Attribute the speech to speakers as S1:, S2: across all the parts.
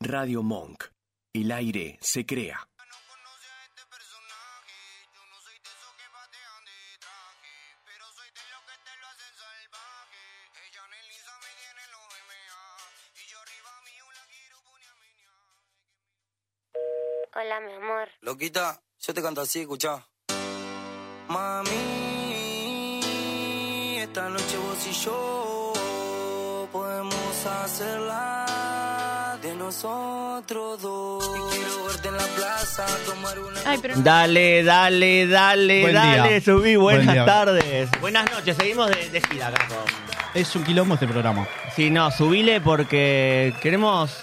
S1: Radio Monk. El aire se crea.
S2: este
S3: Hola, mi amor.
S4: Loquita, yo te canto así, escuchá. Mami, esta noche vos y yo podemos hacerla de nosotros dos. Y quiero verte en la plaza, tomar una.
S5: Ay, pero no-
S6: Dale, dale, dale,
S7: Buen
S6: dale,
S7: día.
S6: subí, buenas
S7: Buen día.
S6: tardes. Buenas noches, seguimos de, de gira acá con-
S7: Es un quilombo este programa.
S6: Sí, no, subile porque queremos...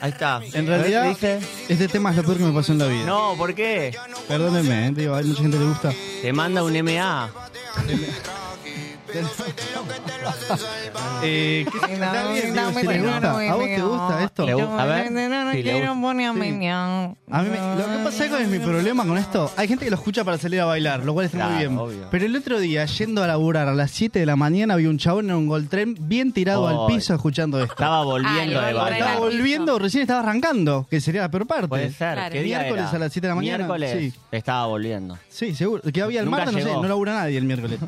S6: Ahí está.
S7: En realidad,
S6: Dice-
S7: este tema es lo peor que me pasó en la vida.
S6: No, ¿por qué?
S7: Perdónenme, eh, digo, hay mucha gente que le gusta.
S6: Te manda un MA.
S7: Eh, ¿qué- está bien, digo, si le gusta. ¿A vos te gusta esto?
S6: Le gusta. A ver, si le gusta.
S7: A mí me- lo que pasa es que es mi problema con esto. Hay gente que lo escucha para salir a bailar, lo cual está muy
S6: Claro,
S7: bien.
S6: obvio.
S7: Pero el otro día, yendo a laburar a las 7 de la mañana, vi un chabón en un gol tren bien tirado
S6: Oh.
S7: al piso escuchando esto.
S6: Estaba volviendo
S5: Ay,
S6: de
S5: lo
S6: bailar.
S7: Estaba
S5: Claro.
S7: volviendo, recién estaba arrancando, que sería la peor parte.
S6: Puede ser.
S5: Claro.
S6: ¿Qué día
S7: Miércoles
S6: era?
S7: a las siete de la mañana,
S6: Miércoles.
S7: sí.
S6: Estaba volviendo.
S7: Sí, seguro. Que había el
S6: Nunca
S7: martes, no sé,
S6: llegó.
S7: no labura nadie el miércoles.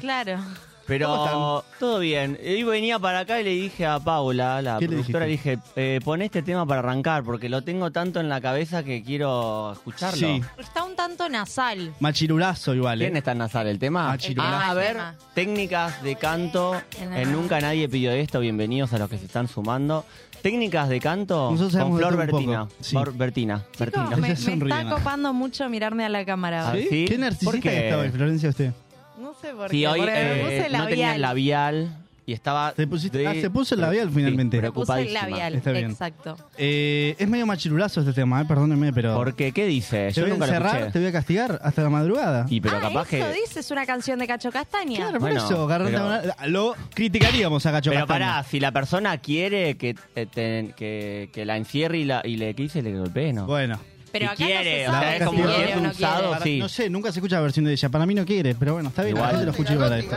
S5: Claro.
S6: Pero
S7: ¿Cómo
S6: todo bien. Y venía para acá y le dije a Paula, la
S7: ¿Qué le
S6: productora, le dije, eh, pon este tema para arrancar porque lo tengo tanto en la cabeza que quiero escucharlo.
S7: Sí.
S5: Está un tanto nasal.
S7: Machirulazo igual. eh.
S6: ¿Quién está en Nazar el tema?
S7: Ah, Chirulá.
S6: Ah, a ver,
S5: Tema.
S6: técnicas de canto.
S5: En
S6: En
S5: la-
S6: Nunca Nadie Pidió Esto, bienvenidos a los que se están sumando. Técnicas de canto
S7: Nosotros
S6: con
S7: sabemos de
S6: Flor
S7: todo un
S6: Bertina.
S7: poco. Sí.
S6: Flor Bertina.
S5: Chicos,
S6: Bertina.
S5: me, me
S7: Ella sonríe,
S5: está
S7: nada.
S5: copando mucho mirarme a la cámara.
S6: Ah,
S5: hoy.
S7: ¿Sí?
S6: ¿Sí?
S7: ¿Qué narcisista
S6: ¿Por qué?
S7: que estaba, Florencia, usted?
S5: No sé por qué.
S6: Sí, hoy
S5: porque
S6: eh,
S5: me puse el
S6: no tenía
S5: labial.
S6: labial y estaba.
S7: Te pusiste-
S6: de-
S7: ah, se puso el labial
S6: sí,
S7: finalmente.
S5: Me puse el
S6: preocupadísima.
S5: labial.
S7: Está bien.
S5: Exacto.
S7: Eh, es medio machirulazo este tema, eh, perdónenme, pero...
S6: ¿Por qué? ¿Qué dice?
S7: Te
S6: Yo
S7: voy a
S6: nunca lo
S7: encerrar, te
S6: escuché.
S7: voy a castigar hasta la madrugada.
S6: Y pero
S5: ah,
S6: capaz
S5: eso
S6: que.
S5: dice, es una canción de Cacho Castaña.
S7: Claro, por
S6: Bueno,
S7: eso, garrante
S6: pero-
S7: abra- lo criticaríamos a Cacho
S6: Pero
S7: Castaña.
S6: pará, si la persona quiere que, eh, te- que, que la encierre y, la, y le quise le golpee, ¿no?
S7: Bueno.
S6: Si
S5: Pero acá
S6: quiere,
S5: no
S6: o sea,
S5: se sabe
S7: es
S5: si
S7: como
S5: quiere o
S7: bien
S5: no
S6: usado.
S5: quiere.
S7: Para-
S6: sí.
S7: No sé, nunca se escucha la versión de ella. Para mí no quiere, pero bueno, está bien.
S6: Igual.
S7: la gente lo escucha igual a esto.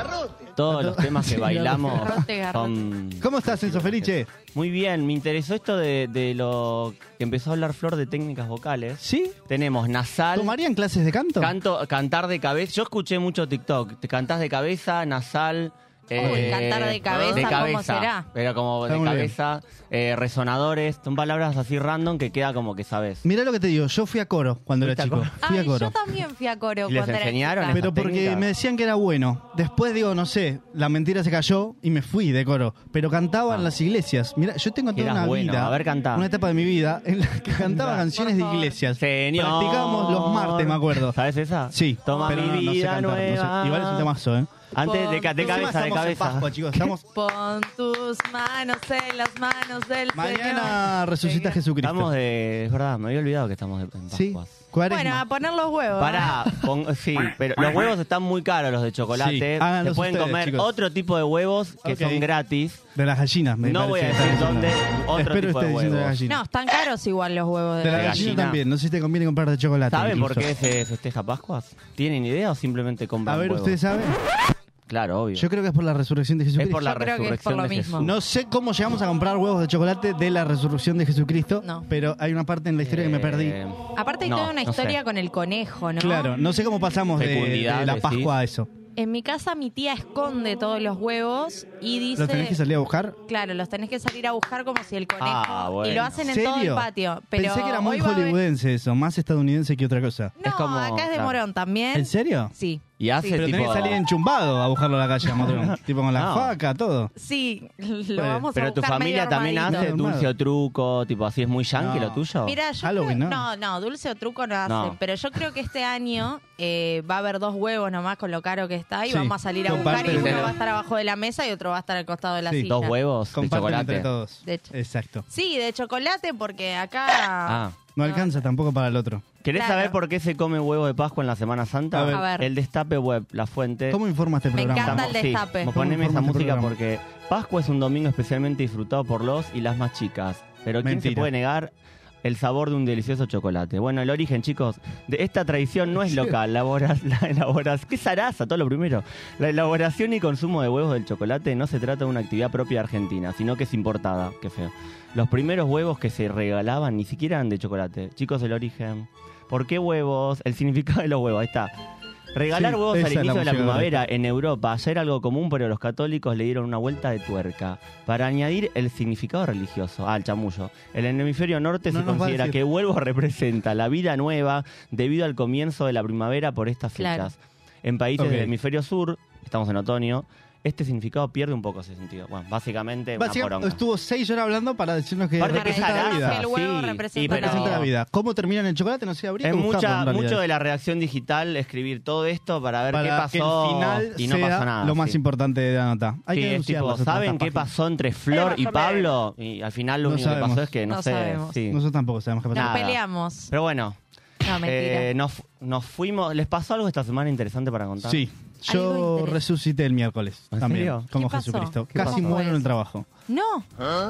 S6: Todos los temas que bailamos
S5: Garrote, garrote.
S6: son...
S7: ¿Cómo estás, Enzo Felice?
S6: Muy bien, me interesó esto de, de lo que empezó a hablar Flor de técnicas vocales.
S7: ¿Sí?
S6: Tenemos nasal,
S7: ¿Tomarían clases de canto?
S6: canto, cantar de cabeza. Yo escuché mucho TikTok. Te cantás de cabeza, nasal...
S5: Oh,
S6: eh,
S5: cantar de cabeza, ¿cómo será?
S6: Pero como
S7: Está
S6: de
S7: muy bien.
S6: cabeza, eh, resonadores, son palabras así random que queda como que sabes.
S7: Mirá lo que te digo, yo fui a coro cuando era
S6: ¿Fuiste a
S7: chico.
S6: coro?
S7: Fui
S5: Ay,
S7: a coro.
S5: yo también fui a coro
S6: ¿Y les
S5: cuando era
S6: enseñaron
S5: chica.
S6: esta
S7: Pero porque
S6: técnica?
S7: me decían que era bueno. Después digo, no sé, la mentira se cayó y me fui de coro. Pero cantaba en las iglesias. Mira, yo tengo toda
S6: Ah. Eras
S7: una
S6: bueno,
S7: vida,
S6: a ver, cantá.
S7: una etapa de mi vida en la que cantaba canciones de
S5: favor.
S7: iglesias.
S6: Señor.
S7: Practicábamos los martes, me acuerdo.
S6: ¿Sabes esa?
S7: Sí.
S6: Toma
S7: pero
S6: mi
S7: no, no sé
S6: vida
S7: cantar, no sé.
S6: nueva.
S7: Igual es un temazo, ¿eh?
S6: Antes de, ca- de
S7: Encima
S6: cabeza, de
S7: estamos en
S6: cabeza.
S7: Pascua, chicos. Estamos,
S5: Pon tus manos en las manos del
S7: mañana
S5: Señor.
S7: resucita Jesucristo.
S6: Estamos de... Es verdad, me había olvidado que estamos de, en
S7: Sí,
S6: Pascuas.
S7: cuaresma.
S5: Bueno, a poner los huevos.
S6: Pará, pon- sí, pero los huevos están muy caros los de chocolate.
S7: Sí, háganlos
S6: Se pueden
S7: ustedes,
S6: comer
S7: chicos.
S6: otro tipo de huevos que
S7: Ok.
S6: son gratis.
S7: De las gallinas, me
S6: No
S7: parece
S6: voy a
S7: que está
S6: decir
S7: diciendo.
S6: dónde, otro
S7: Espero
S6: tipo de
S7: esté diciendo de
S6: huevos.
S7: las gallinas.
S5: No, están caros igual los huevos de,
S7: de las
S6: la
S7: gallinas
S6: gallina.
S7: también. No sé si te conviene comprar de chocolate.
S6: ¿Saben por
S7: incluso.
S6: qué se festeja Pascuas? ¿Tienen idea o simplemente compran
S7: A ver,
S6: huevos?
S7: ¿ustedes saben?
S6: Claro, obvio.
S7: Yo creo que es por la resurrección de
S6: es
S7: Jesucristo.
S6: por la
S5: Yo creo que es
S6: resurrección
S5: por lo
S6: de
S5: mismo.
S6: Jesús.
S7: No sé cómo llegamos a comprar huevos de chocolate de la resurrección de Jesucristo,
S5: No.
S7: pero hay una parte en la historia que me perdí.
S6: Eh,
S5: Aparte hay
S6: no,
S5: toda una
S6: no sé.
S5: historia con el conejo, ¿no?
S7: Claro, no sé cómo pasamos de,
S6: Fecundidad,
S7: de la
S6: decís.
S7: Pascua a eso.
S5: En mi casa mi tía esconde todos los huevos y dice...
S7: ¿Lo tenés que salir a buscar?
S5: Claro, los tenés que salir a buscar como si el conejo...
S6: Ah, bueno.
S5: Y lo hacen en
S7: ¿Serio?
S5: todo el patio. Pero
S7: Pensé que era muy
S5: hoy va a haber-
S7: hollywoodense eso, más estadounidense que otra cosa.
S5: No,
S6: Es como-
S5: acá es de
S6: claro.
S5: Morón también.
S7: ¿En serio?
S5: Sí.
S6: Y hace
S7: Pero
S6: tipo...
S7: tenés que salir enchumbado a buscarlo a la calle, a Matrón. tipo con la
S6: No.
S7: faca, todo.
S5: Sí, lo
S7: Bueno,
S5: vamos a
S6: Pero tu
S5: buscar medio
S6: familia también
S5: armadito.
S6: hace
S7: Medio armado.
S6: dulce o truco, tipo así, es muy yankee
S7: No.
S6: lo tuyo.
S5: Mira, yo
S7: Halloween,
S5: creo-
S7: ¿no?
S5: no, no, dulce o truco no hacen,
S6: No.
S5: pero yo creo que este año eh, va a haber dos huevos nomás con lo caro que está y
S7: Sí,
S5: vamos a salir a
S7: son
S5: buscar
S7: parte
S5: y
S7: de
S5: uno
S6: la-
S5: va a estar abajo de la mesa y otro va a estar al costado de la
S7: Sí,
S5: silla.
S6: Dos huevos de
S7: Comparten entre
S6: chocolate.
S7: todos.
S5: De hecho.
S7: Exacto.
S5: Sí, de chocolate porque acá
S6: Ah.
S7: No alcanza tampoco para el otro.
S6: ¿Querés
S5: Claro.
S6: saber por qué se come huevo de Pascua en la Semana Santa?
S7: A ver. A
S5: ver.
S6: El destape web, la fuente.
S7: ¿Cómo informa este
S5: Me
S7: programa?
S5: encanta el
S6: Sí,
S5: destape.
S6: vos poneme esa
S7: ¿Cómo informa este
S6: música
S7: programa?
S6: porque Pascua es un domingo especialmente disfrutado por los y las más chicas. Pero ¿quién se
S7: Mentira.
S6: puede negar el sabor de un delicioso chocolate. Bueno, el origen, chicos, de esta tradición no es local. Labora- la elaboración, ¿Qué zaraza? Todo lo primero. La elaboración y consumo de huevos del chocolate no se trata de una actividad propia argentina, sino que es importada. Qué feo. Los primeros huevos que se regalaban ni siquiera eran de chocolate. Chicos, el origen. ¿Por qué huevos? El significado de los huevos, ahí está. Regalar
S7: Sí,
S6: huevos al
S7: esa es la
S6: inicio de la
S7: música
S6: primavera en Europa ya era algo común, pero los católicos le dieron una vuelta de tuerca para añadir el significado religioso al chamullo. En el hemisferio norte
S7: No
S6: se
S7: nos va a
S6: considera
S7: decir.
S6: que huevos representa la vida nueva debido al comienzo de la primavera por estas
S5: Claro.
S6: fechas. En países
S7: Ok.
S6: del hemisferio sur, estamos en otoño, este significado pierde un poco ese sentido. Bueno, básicamente, una
S7: Básicamente
S6: poronga.
S7: estuvo seis horas hablando para decirnos que
S6: Aparte
S5: que
S7: representa la
S5: zaraza,
S7: vida.
S5: el huevo
S6: ah, sí,
S5: representa
S6: y
S5: la
S6: pero-
S7: Representa la vida. ¿Cómo terminan el chocolate? No sé, habría
S6: Es
S7: que buscarlo,
S6: mucha,
S7: en realidad.
S6: mucho de la reacción digital escribir todo esto para ver qué
S7: Para que
S6: pasó
S7: el final
S6: y no
S7: sea
S6: pasó nada.
S7: lo más
S6: sí.
S7: importante de la nota. Hay
S6: Sí,
S7: que
S6: es
S7: denunciarlas
S6: tipo,
S7: otras
S6: ¿saben qué
S7: páginas.
S6: pasó entre Flor
S3: Eh,
S6: y
S3: más o menos.
S6: Pablo? Y al final lo
S7: No
S6: único
S7: sabemos.
S6: que pasó es que no,
S5: No
S6: sé.
S5: sabemos.
S6: sí.
S7: Nosotros tampoco sabemos qué pasó.
S5: Nos
S6: Nada.
S5: peleamos.
S6: Pero bueno,
S5: No, mentira.
S6: eh, nos, fu- nos fuimos. ¿Les pasó algo esta semana interesante para contar?
S7: Sí,
S5: Algo
S7: yo
S5: interesante.
S7: resucité el miércoles
S6: ¿En
S7: también,
S6: serio?
S7: como
S5: ¿Qué pasó?
S7: Jesucristo.
S6: ¿Qué pasó?
S7: Casi muero en el
S5: Pues.
S7: trabajo.
S5: No,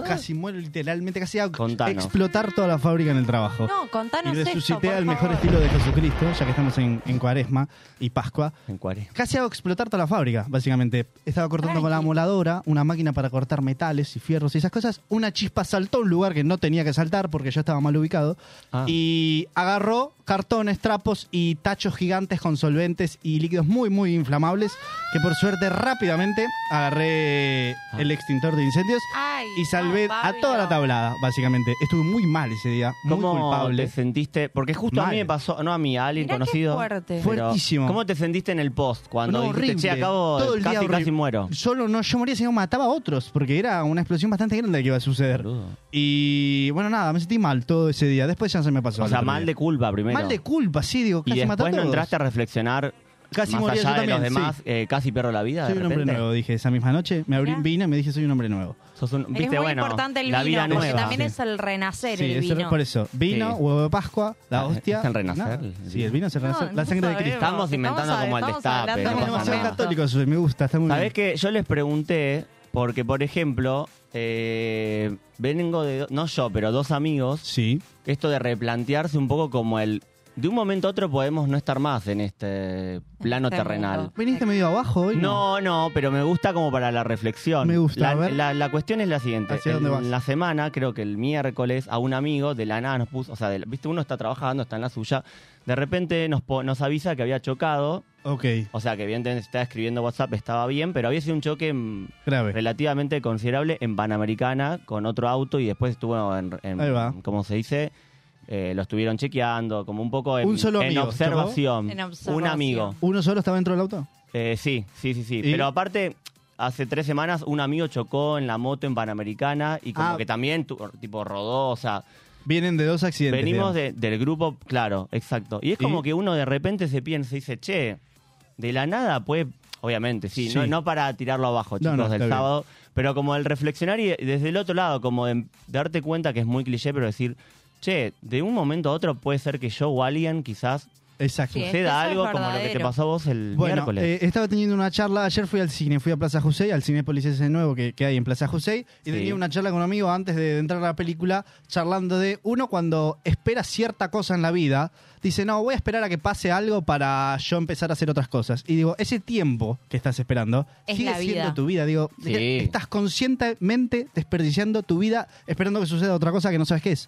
S7: Casi muero literalmente, casi a
S6: Contanos.
S7: explotar toda la fábrica en el trabajo.
S5: no,
S7: y
S5: contanos esto,
S7: resucité
S5: por
S7: al mejor
S5: favor.
S7: estilo de Jesucristo, ya que estamos en, en cuaresma y pascua.
S6: En cuaresma.
S7: Casi hago explotar toda la fábrica, básicamente. Estaba cortando
S5: Ay.
S7: con la moladora, una máquina para cortar metales y fierros y esas cosas. Una chispa saltó a un lugar que no tenía que saltar porque yo estaba mal ubicado.
S6: Ah.
S7: Y agarró cartones, trapos y tachos gigantes con solventes y líquidos muy, muy inflamables. Que por suerte rápidamente agarré
S6: Ah.
S7: el extintor de incendios
S5: Ay,
S7: y salvé
S5: no,
S7: a
S5: Pablo.
S7: toda la tablada, básicamente. Estuve muy mal ese día, muy
S6: ¿Cómo
S7: culpable.
S6: te sentiste? Porque justo a
S7: Mal.
S6: mí me pasó, no a mí, a alguien
S5: Mirá qué
S6: conocido. pero
S5: fuerte.
S7: Fuertísimo.
S6: ¿Cómo te sentiste en el post cuando
S7: No,
S6: dijiste,
S7: horrible.
S6: che, acabo,
S7: Todo el día
S6: casi,
S7: horrible.
S6: casi muero?
S7: Solo no, yo moría, sino mataba a otros, porque era una explosión bastante grande que iba a suceder.
S6: Boludo.
S7: Y bueno, nada, me sentí mal todo ese día. Después ya se me pasó.
S6: O
S7: al
S6: sea,
S7: otro
S6: mal
S7: día.
S6: de culpa primero.
S7: Mal de culpa, sí, digo,
S6: Y
S7: casi mató a
S6: después no
S7: todos.
S6: entraste a reflexionar
S7: Casi
S6: más
S7: moría
S6: allá
S7: yo
S6: de los
S7: también,
S6: demás,
S7: sí.
S6: eh, casi pierdo la vida.
S7: Soy
S6: de
S7: un hombre
S6: repente.
S7: nuevo, dije esa misma noche. Me abrí
S5: Mirá.
S7: un vino y me dije, soy un hombre nuevo.
S6: Sos un-
S5: Es
S6: viste,
S5: muy
S6: bueno,
S5: importante el
S6: la
S5: vino,
S6: vida
S5: porque
S6: nueva.
S5: también
S7: Sí.
S5: es el renacer
S7: Sí,
S5: el
S7: eso-
S5: vino.
S7: por eso. Vino,
S6: Sí.
S7: huevo de Pascua, la
S6: Ah,
S7: hostia.
S6: es el renacer,
S7: nada.
S6: el
S7: Sí,
S6: vino.
S7: el vino es el renacer. la sangre de Cristo.
S6: Estamos inventando como el destape, no
S7: Estamos
S6: pasa
S7: demasiado
S6: nada.
S7: católicos, hoy, me gusta, está muy
S6: Sabés
S7: bien.
S6: que yo les pregunté, porque por ejemplo, eh, vengo de, do- no yo, pero dos amigos,
S7: Sí,
S6: esto de replantearse un poco como el, de un momento a otro podemos no estar más en este plano
S5: este
S6: terrenal.
S5: mundo.
S7: viniste medio abajo hoy.
S6: No, no, pero me gusta como para la reflexión.
S7: Me gusta,
S6: La,
S7: a ver.
S6: la- la cuestión es la siguiente.
S7: ¿Hacia dónde
S6: En
S7: vas?
S6: la semana, creo que el miércoles, a un amigo de la nada nos puso, o sea, de la- viste, uno está trabajando, está en la suya, de repente nos, po- nos avisa que había chocado,
S7: Ok,
S6: o sea, que evidentemente si estaba escribiendo WhatsApp, estaba bien, pero había sido un choque mm,
S7: grave.
S6: relativamente considerable en Panamericana con otro auto y después estuvo en, en-
S7: Ahí va.
S6: como se dice, eh, lo estuvieron chequeando, como un poco en,
S7: Un solo
S6: en
S7: amigo, ¿te
S6: observación.
S5: En observación.
S6: Un amigo.
S7: ¿Uno solo estaba dentro del auto?
S6: Eh, sí, sí, sí, sí.
S7: ¿Y?
S6: Pero aparte, hace tres semanas un amigo chocó en la moto en Panamericana y como
S7: Ah.
S6: que también tu- tipo rodó, o sea,
S7: Vienen de dos accidentes.
S6: venimos
S7: digamos.
S6: de- del grupo, claro, exacto. Y es
S7: ¿Y?
S6: como que uno de repente se piensa y dice, che, de la nada, pues, obviamente, sí,
S7: Sí.
S6: No, no para tirarlo abajo,
S7: No,
S6: chicos,
S7: no, está
S6: del
S7: bien.
S6: sábado, pero como el reflexionar y desde el otro lado, como de darte cuenta que es muy cliché, pero decir, che, de un momento a otro puede ser que yo o alguien quizás
S7: Exacto.
S5: Sí, es que
S6: suceda
S5: eso es
S6: algo como lo que te
S5: verdadero.
S6: pasó a vos el
S7: Bueno,
S6: miércoles.
S7: eh, estaba teniendo una charla, ayer fui al cine, fui a Plaza José, al Cinépolis ese nuevo que, que hay en Plaza José,
S6: Sí.
S7: y tenía una charla con un amigo antes de entrar a la película, charlando de uno cuando espera cierta cosa en la vida, dice, no, voy a esperar a que pase algo para yo empezar a hacer otras cosas. Y digo, ese tiempo que estás esperando
S5: Es
S7: sigue
S5: la vida.
S7: siendo tu vida, digo,
S6: Sí.
S7: estás conscientemente desperdiciando tu vida esperando que suceda otra cosa que no sabes qué es.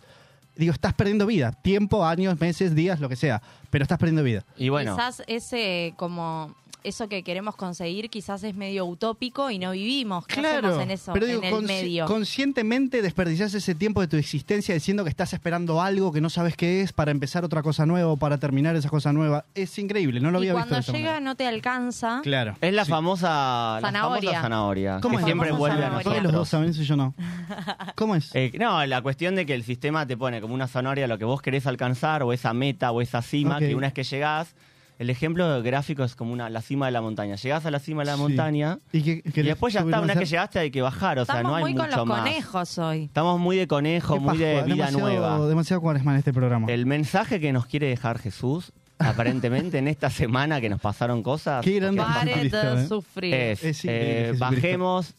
S7: Digo, estás perdiendo vida, tiempo, años, meses, días, lo que sea, pero estás perdiendo vida.
S6: y bueno,
S5: Quizás ese como eso que queremos conseguir quizás es medio utópico y no vivimos. ¿Qué hacemos en eso?
S7: pero digo,
S5: en el
S7: consci-
S5: medio.
S7: conscientemente desperdiciás ese tiempo de tu existencia diciendo que estás esperando algo que no sabes qué es para empezar otra cosa nueva o para terminar esa cosa nueva. Es increíble, no lo
S5: y
S7: había visto.
S5: cuando
S7: de esa
S5: llega
S7: manera.
S5: no te alcanza.
S7: Claro.
S6: Es la famosa
S5: Zanahoria.
S6: zanahoria. zanahoria
S7: ¿Cómo
S6: Eh, que
S7: es?
S6: siempre
S5: Famosa
S6: vuelve a
S5: zanahoria.
S7: Todos los dos
S6: nosotros.
S7: saben eso y yo no. ¿Cómo es?
S6: Eh, no, la cuestión de que el sistema te pone como una zanahoria lo que vos querés alcanzar o esa meta o esa cima
S7: Ok.
S6: que una vez que llegás, el ejemplo gráfico es como una, la cima de la montaña. Llegás a la cima de la
S7: Sí.
S6: montaña
S7: y, que- que
S6: y después ya
S7: que
S6: está,
S7: volvemos
S6: una
S7: a
S6: vez que
S7: hacer-
S6: llegaste hay que bajar, o sea,
S5: Estamos
S6: no hay
S5: muy con
S6: mucho
S5: los
S6: más.
S5: conejos hoy.
S6: Estamos muy de conejo,
S7: Qué
S6: muy de
S7: pascua,
S6: vida
S7: demasiado-
S6: nueva.
S7: Demasiado cuaresma en este programa.
S6: El mensaje que nos quiere dejar Jesús, aparentemente en esta semana que nos pasaron cosas,
S7: Qué grande
S6: que nos
S5: Pare
S7: Jesucristo,
S5: de
S7: ¿eh?
S5: sufrir.
S6: es,
S7: Es increíble,
S6: eh,
S7: Jesucristo.
S6: bajemos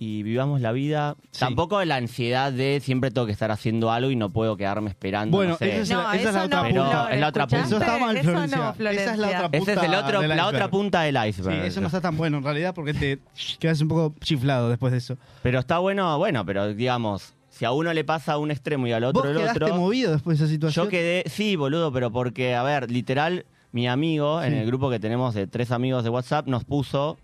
S6: y vivamos la vida.
S7: Sí.
S6: Tampoco la ansiedad de siempre tengo que estar haciendo algo y no puedo quedarme esperando.
S7: Bueno,
S6: no sé.
S7: ese es-
S5: No,
S7: esa
S5: eso
S7: la
S5: no,
S7: otra
S6: punta.
S5: Flor,
S6: Es la otra punta.
S7: Eso está mal,
S5: ¿escuchaste?
S7: Florencia.
S5: Eso no, Florencia.
S7: Esa es la otra punta.
S6: Ese es el otro,
S7: del
S6: la
S7: iceberg.
S6: otra punta del
S7: Sí,
S6: iceberg.
S7: eso no está tan bueno en realidad porque te quedas un poco chiflado después de eso.
S6: Pero está bueno, bueno, pero digamos, si a uno le pasa un extremo y al otro
S7: Vos
S6: el
S7: quedaste
S6: otro.
S7: movido después de esa situación.
S6: Yo quedé, sí, boludo, pero porque, a ver, literal, mi amigo en
S7: Sí.
S6: el grupo que tenemos de tres amigos de WhatsApp nos puso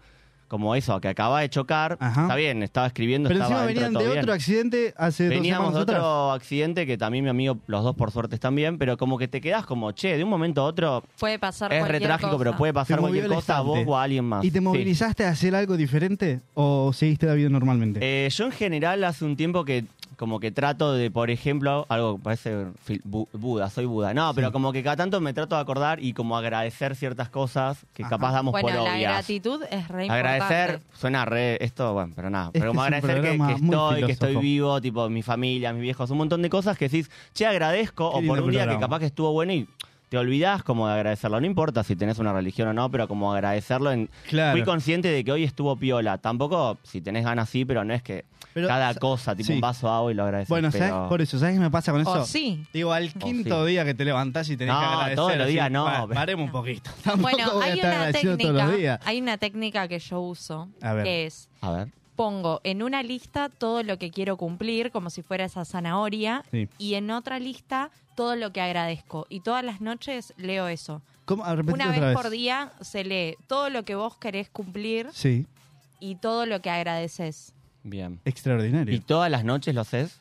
S6: como eso, que acaba de chocar.
S7: Ajá.
S6: Está bien, estaba escribiendo,
S7: Pero
S6: estaba
S7: encima
S6: dentro
S7: venían
S6: todo
S7: de
S6: bien.
S7: otro accidente hace
S6: Veníamos de
S7: dos semanas atrás.
S6: otro accidente que también mi amigo, los dos por suerte están bien, pero como que te quedás como, che, de un momento a otro
S5: Puede pasar
S6: es
S5: cualquier
S6: retrágico,
S5: cosa.
S6: pero puede pasar
S7: Te movió
S6: cualquier
S7: el
S6: cosa a vos
S7: estante.
S6: o a alguien más.
S7: ¿Y te
S6: Sí.
S7: movilizaste a hacer algo diferente o seguiste la vida normalmente?
S6: Eh, yo en general hace un tiempo que como que trato de, por ejemplo, algo que parece fil- Bu- Buda, soy Buda. No, pero como que cada tanto me trato de acordar y como agradecer ciertas cosas que
S7: Ajá.
S6: capaz damos
S5: Bueno,
S6: por
S5: la
S6: obvias.
S5: gratitud es re importante.
S6: Agradecer, suena re, esto, bueno, pero nada,
S7: Este
S6: pero como
S7: es un
S6: agradecer que- que,
S7: programa muy
S6: estoy, que estoy
S7: filósofo.
S6: vivo, tipo mi familia, mis viejos, un montón de cosas que decís, che, agradezco,
S7: Qué
S6: o por
S7: lindo
S6: un día que
S7: programa.
S6: capaz que estuvo bueno y te olvidás como de agradecerlo. No importa si tenés una religión o no, pero como agradecerlo en,
S7: Claro.
S6: Fui consciente de que hoy estuvo piola. Tampoco, si tenés ganas, sí, pero no es que
S7: Pero,
S6: cada
S7: sa-
S6: cosa, tipo
S7: sí.
S6: un vaso de agua y lo agradeces.
S7: Bueno,
S6: pero... Oh,
S7: ¿sabes? por eso, ¿sabes qué me pasa con eso?
S5: O Oh, sí.
S7: Digo, al quinto
S6: sí.
S7: día que te levantás y tenés
S6: No,
S7: que agradecer.
S6: todos los
S7: así,
S6: días no,
S7: pa-
S6: pero-
S7: Paremos un poquito. Tampoco
S5: Bueno,
S7: voy a
S5: hay
S7: estar
S5: una
S7: agradecido todos los
S5: técnica,
S7: días.
S5: hay una técnica que yo uso,
S7: A ver.
S5: que es
S6: A ver.
S5: pongo en una lista todo lo que quiero cumplir, como si fuera esa zanahoria,
S7: Sí.
S5: y en otra lista todo lo que agradezco. Y todas las noches leo eso.
S7: ¿Cómo? Ah, repetilo
S5: Una
S7: otra
S5: vez por día se lee todo lo que vos querés cumplir
S7: Sí,
S5: y todo lo que agradeces.
S6: Bien.
S7: extraordinario.
S6: ¿Y todas las noches lo haces?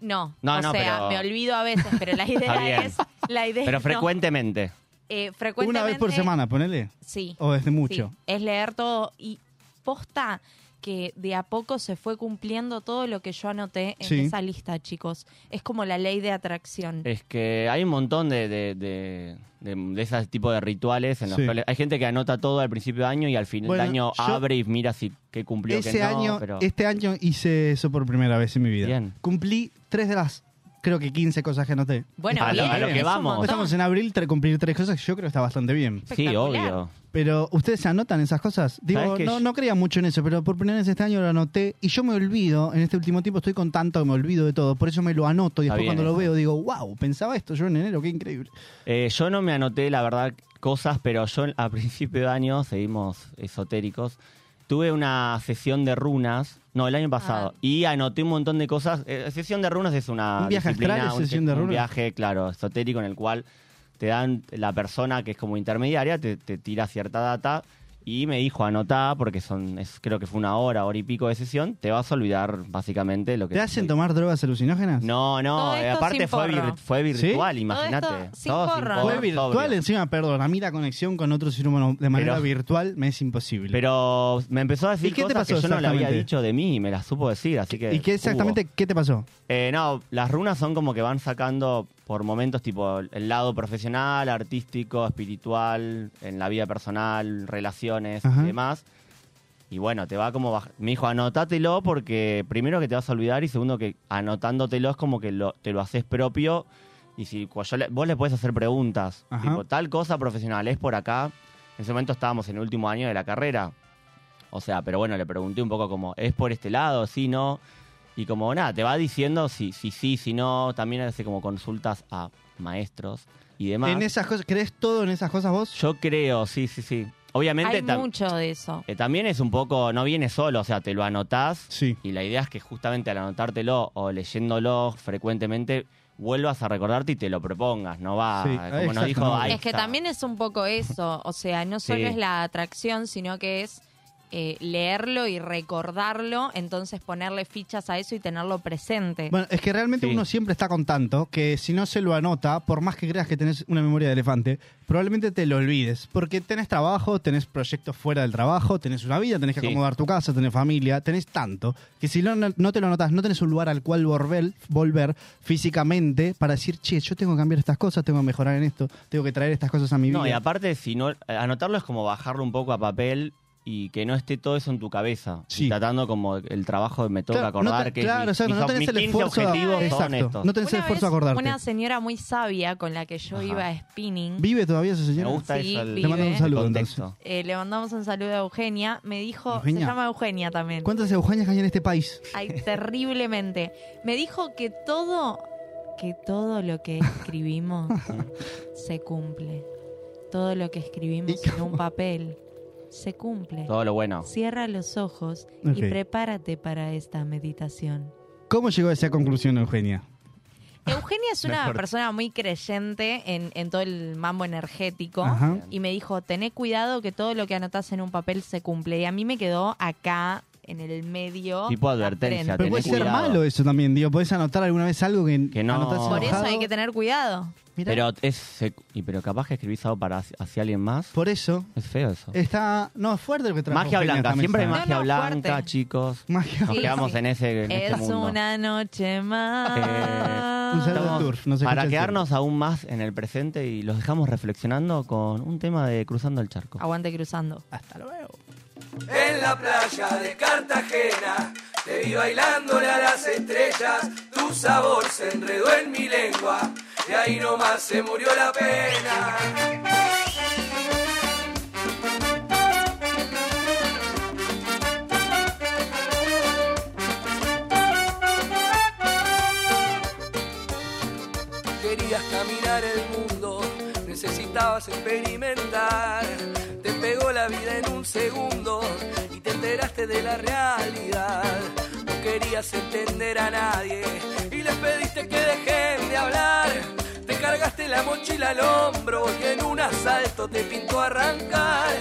S5: No,
S6: No,
S5: o
S6: no,
S5: sea,
S6: pero-
S5: me olvido a veces, pero la
S6: Está
S5: idea
S6: bien.
S5: es... La idea
S6: Pero
S5: no.
S6: frecuentemente.
S5: Eh,
S7: Una
S5: frecuentemente...
S7: vez por semana, ponele.
S5: Sí.
S7: O desde mucho.
S5: Sí, es leer todo y posta que de a poco se fue cumpliendo todo lo que yo anoté en
S7: Sí.
S5: esa lista, chicos. Es como la ley de atracción.
S6: Es que hay un montón de, de, de, de- de ese tipo de rituales en los
S7: Sí.
S6: cuales hay gente que anota todo al principio de año y al final
S7: Bueno,
S6: de año
S7: yo-
S6: abre y mira si que cumplió
S7: Ese
S6: que no.
S7: año,
S6: pero...
S7: este año hice eso por primera vez en mi vida.
S6: Bien.
S7: Cumplí tres de las, creo que 15 cosas que anoté.
S5: Bueno,
S6: A lo-
S5: bien,
S6: a lo que
S5: es un
S6: vamos.
S5: montón.
S7: Estamos en abril, tre- cumplir tres cosas, yo creo que está bastante bien.
S6: Sí,
S5: espectacular.
S6: obvio.
S7: Pero, ¿ustedes se anotan esas cosas? Digo,
S6: ¿Sabes que
S7: no,
S6: yo-
S7: no creía mucho en eso, pero por primera vez este año lo anoté y yo me olvido, en este último tiempo estoy con tanto que me olvido de todo, por eso me lo anoto y
S6: Está bien
S7: después cuando lo
S6: eso.
S7: veo digo, wow, pensaba esto yo en enero, qué increíble.
S6: Eh, yo no me anoté, la verdad, cosas, pero yo a principio de año, seguimos esotéricos, tuve una sesión de runas, no, el año pasado,
S5: Ah.
S6: y anoté un montón de cosas. Eh, sesión de runas es una
S7: ¿Un viaje
S6: disciplina,
S7: astral es
S6: un-
S7: sesión de
S6: un
S7: runas?
S6: viaje, claro, esotérico en el cual te dan la persona que es como intermediaria, te, te tira cierta data y me dijo anotá porque son es- creo que fue una hora, hora y pico de sesión, te vas a olvidar básicamente lo que
S7: ¿Te hacen tomar drogas alucinógenas?
S6: No,
S5: Todo
S6: no, eh,
S5: esto
S6: aparte
S5: sin
S6: fue, vir-
S5: porro.
S6: fue virtual,
S7: ¿Sí?
S6: imagínate.
S5: Todo esto sin
S6: Todo
S5: porro.
S6: porro,
S7: Fue virtual
S6: sobrio.
S7: encima, perdón, a mí la conexión con otro ser humano de manera
S6: Pero-
S7: virtual me es imposible.
S6: Pero me empezó a decir
S7: ¿Y qué te
S6: cosas
S7: pasó
S6: que yo no le había
S7: exactamente?
S6: dicho de mí y me las supo decir, así que...
S7: ¿Y qué exactamente
S6: hubo.
S7: qué te pasó?
S6: Eh, no, las runas son como que van sacando por momentos tipo el lado profesional, artístico, espiritual, en la vida personal, relaciones
S7: Ajá.
S6: y demás. Y bueno, te va como... baj- Me dijo, anótatelo porque primero que te vas a olvidar y segundo que anotándotelo es como que lo- te lo haces propio y si cu- yo le- vos le puedes hacer preguntas,
S7: Ajá.
S6: tipo, tal cosa profesional es por acá. En ese momento estábamos en el último año de la carrera. O sea, pero bueno, le pregunté un poco como, ¿es por este lado? ¿Sí, no? Y como nada, te va diciendo si sí, si, sí, si no. También hace como consultas a maestros y demás.
S7: En esas cosas, ¿crees todo en esas cosas vos?
S6: Yo creo, sí, sí, sí. Obviamente
S5: Hay
S6: tam-
S5: mucho de eso.
S6: eh, también es un poco, no viene solo, o sea, te lo anotás.
S7: Sí.
S6: Y la idea es que justamente al anotártelo o leyéndolo frecuentemente, vuelvas a recordarte y te lo propongas, no va,
S7: Sí,
S6: como
S7: exacto,
S6: nos dijo
S7: no.
S6: ahí
S5: es que
S6: está.
S5: también es un poco eso, o sea, no solo
S6: Sí.
S5: es la atracción, sino que es eh, leerlo y recordarlo, entonces ponerle fichas a eso y tenerlo presente.
S7: Bueno, es que realmente
S6: Sí.
S7: uno siempre está con tanto que si no se lo anota, por más que creas que tenés una memoria de elefante, probablemente te lo olvides. Porque tenés trabajo, tenés proyectos fuera del trabajo, tenés una vida, tenés que
S6: Sí.
S7: acomodar tu casa, tenés familia, tenés tanto. Que si no, no te lo anotas, no tenés un lugar al cual volver, volver físicamente para decir, che, yo tengo que cambiar estas cosas, tengo que mejorar en esto, tengo que traer estas cosas a mi
S6: No, y
S7: vida.
S6: aparte, si no, eh, anotarlo es como bajarlo un poco a papel y que no esté todo eso en tu cabeza. Y
S7: Sí.
S6: tratando como el trabajo de me toca
S7: Claro, no
S6: acordar
S7: te-
S6: que
S7: claro,
S6: mi-
S7: o sea,
S6: mis,
S7: no tenés
S6: mis
S7: el
S6: 15
S7: esfuerzo.
S6: objetivos son
S7: exacto,
S6: estos.
S7: no tenés el
S5: Una
S7: esfuerzo a
S5: vez,
S7: acordarte.
S5: una señora muy sabia con la que yo
S6: Ajá.
S5: iba a spinning,
S7: ¿Vive todavía esa
S6: Me
S7: señora?
S6: gusta
S5: Sí,
S6: eso. el-
S5: vive.
S7: Te mando un saludo,
S6: contexto.
S5: eh, le mandamos un saludo a Eugenia, me dijo, se
S7: Eugenia.
S5: llama Eugenia también,
S7: ¿Cuántas Eugenias hay en este país?
S5: Ay, terriblemente, me dijo que todo, que todo lo que escribimos se cumple, todo lo que escribimos
S7: ¿Y
S5: en un papel se cumple.
S6: Todo lo bueno.
S5: Cierra los ojos
S7: Ok.
S5: y prepárate para esta meditación.
S7: ¿Cómo llegó a esa conclusión, Eugenia?
S5: Eugenia es una
S7: Mejor.
S5: persona muy creyente en, en todo el mambo energético
S7: Ajá.
S5: y me dijo, tené cuidado que todo lo que anotás en un papel se cumple. Y a mí me quedó acá en el medio.
S6: Tipo
S5: la
S6: advertencia,
S5: prensa.
S7: Pero
S6: tenés
S7: puede ser
S6: cuidado.
S7: malo eso también, digo, podés anotar alguna vez algo que,
S6: Que no-
S7: anotás
S5: Por eso
S7: enojado?
S5: hay que tener cuidado.
S7: Mirá,
S6: Pero es sec- y pero capaz que escribís algo para hacia, hacia alguien más.
S7: por eso
S6: Es feo eso.
S7: está no es fuerte lo que trajo
S6: magia
S7: Eugenia
S6: blanca,
S7: esta
S6: siempre hay
S7: mesa,
S6: magia
S5: No, no,
S6: blanca,
S5: fuerte.
S6: chicos.
S7: ¿eh? magia.
S6: Nos
S5: Sí,
S6: quedamos
S5: sí.
S6: en ese en este
S5: es
S6: mundo.
S5: una noche más.
S6: Eh,
S7: Un saludo al turf, nos escucha
S6: para
S7: el
S6: quedarnos aún más en el presente y los dejamos reflexionando con un tema de Cruzando el Charco.
S5: Aguante cruzando.
S7: Hasta luego.
S4: En la playa de Cartagena te vi bailándole a las estrellas, tu sabor se enredó en mi lengua y ahí nomás se murió la pena. Querías caminar el mundo, necesitabas experimentar. Te pegó la vida en un segundo y te enteraste de la realidad. No querías entender a nadie y les pediste que dejen de hablar. Te cargaste la mochila al hombro y en un asalto te pintó arrancar.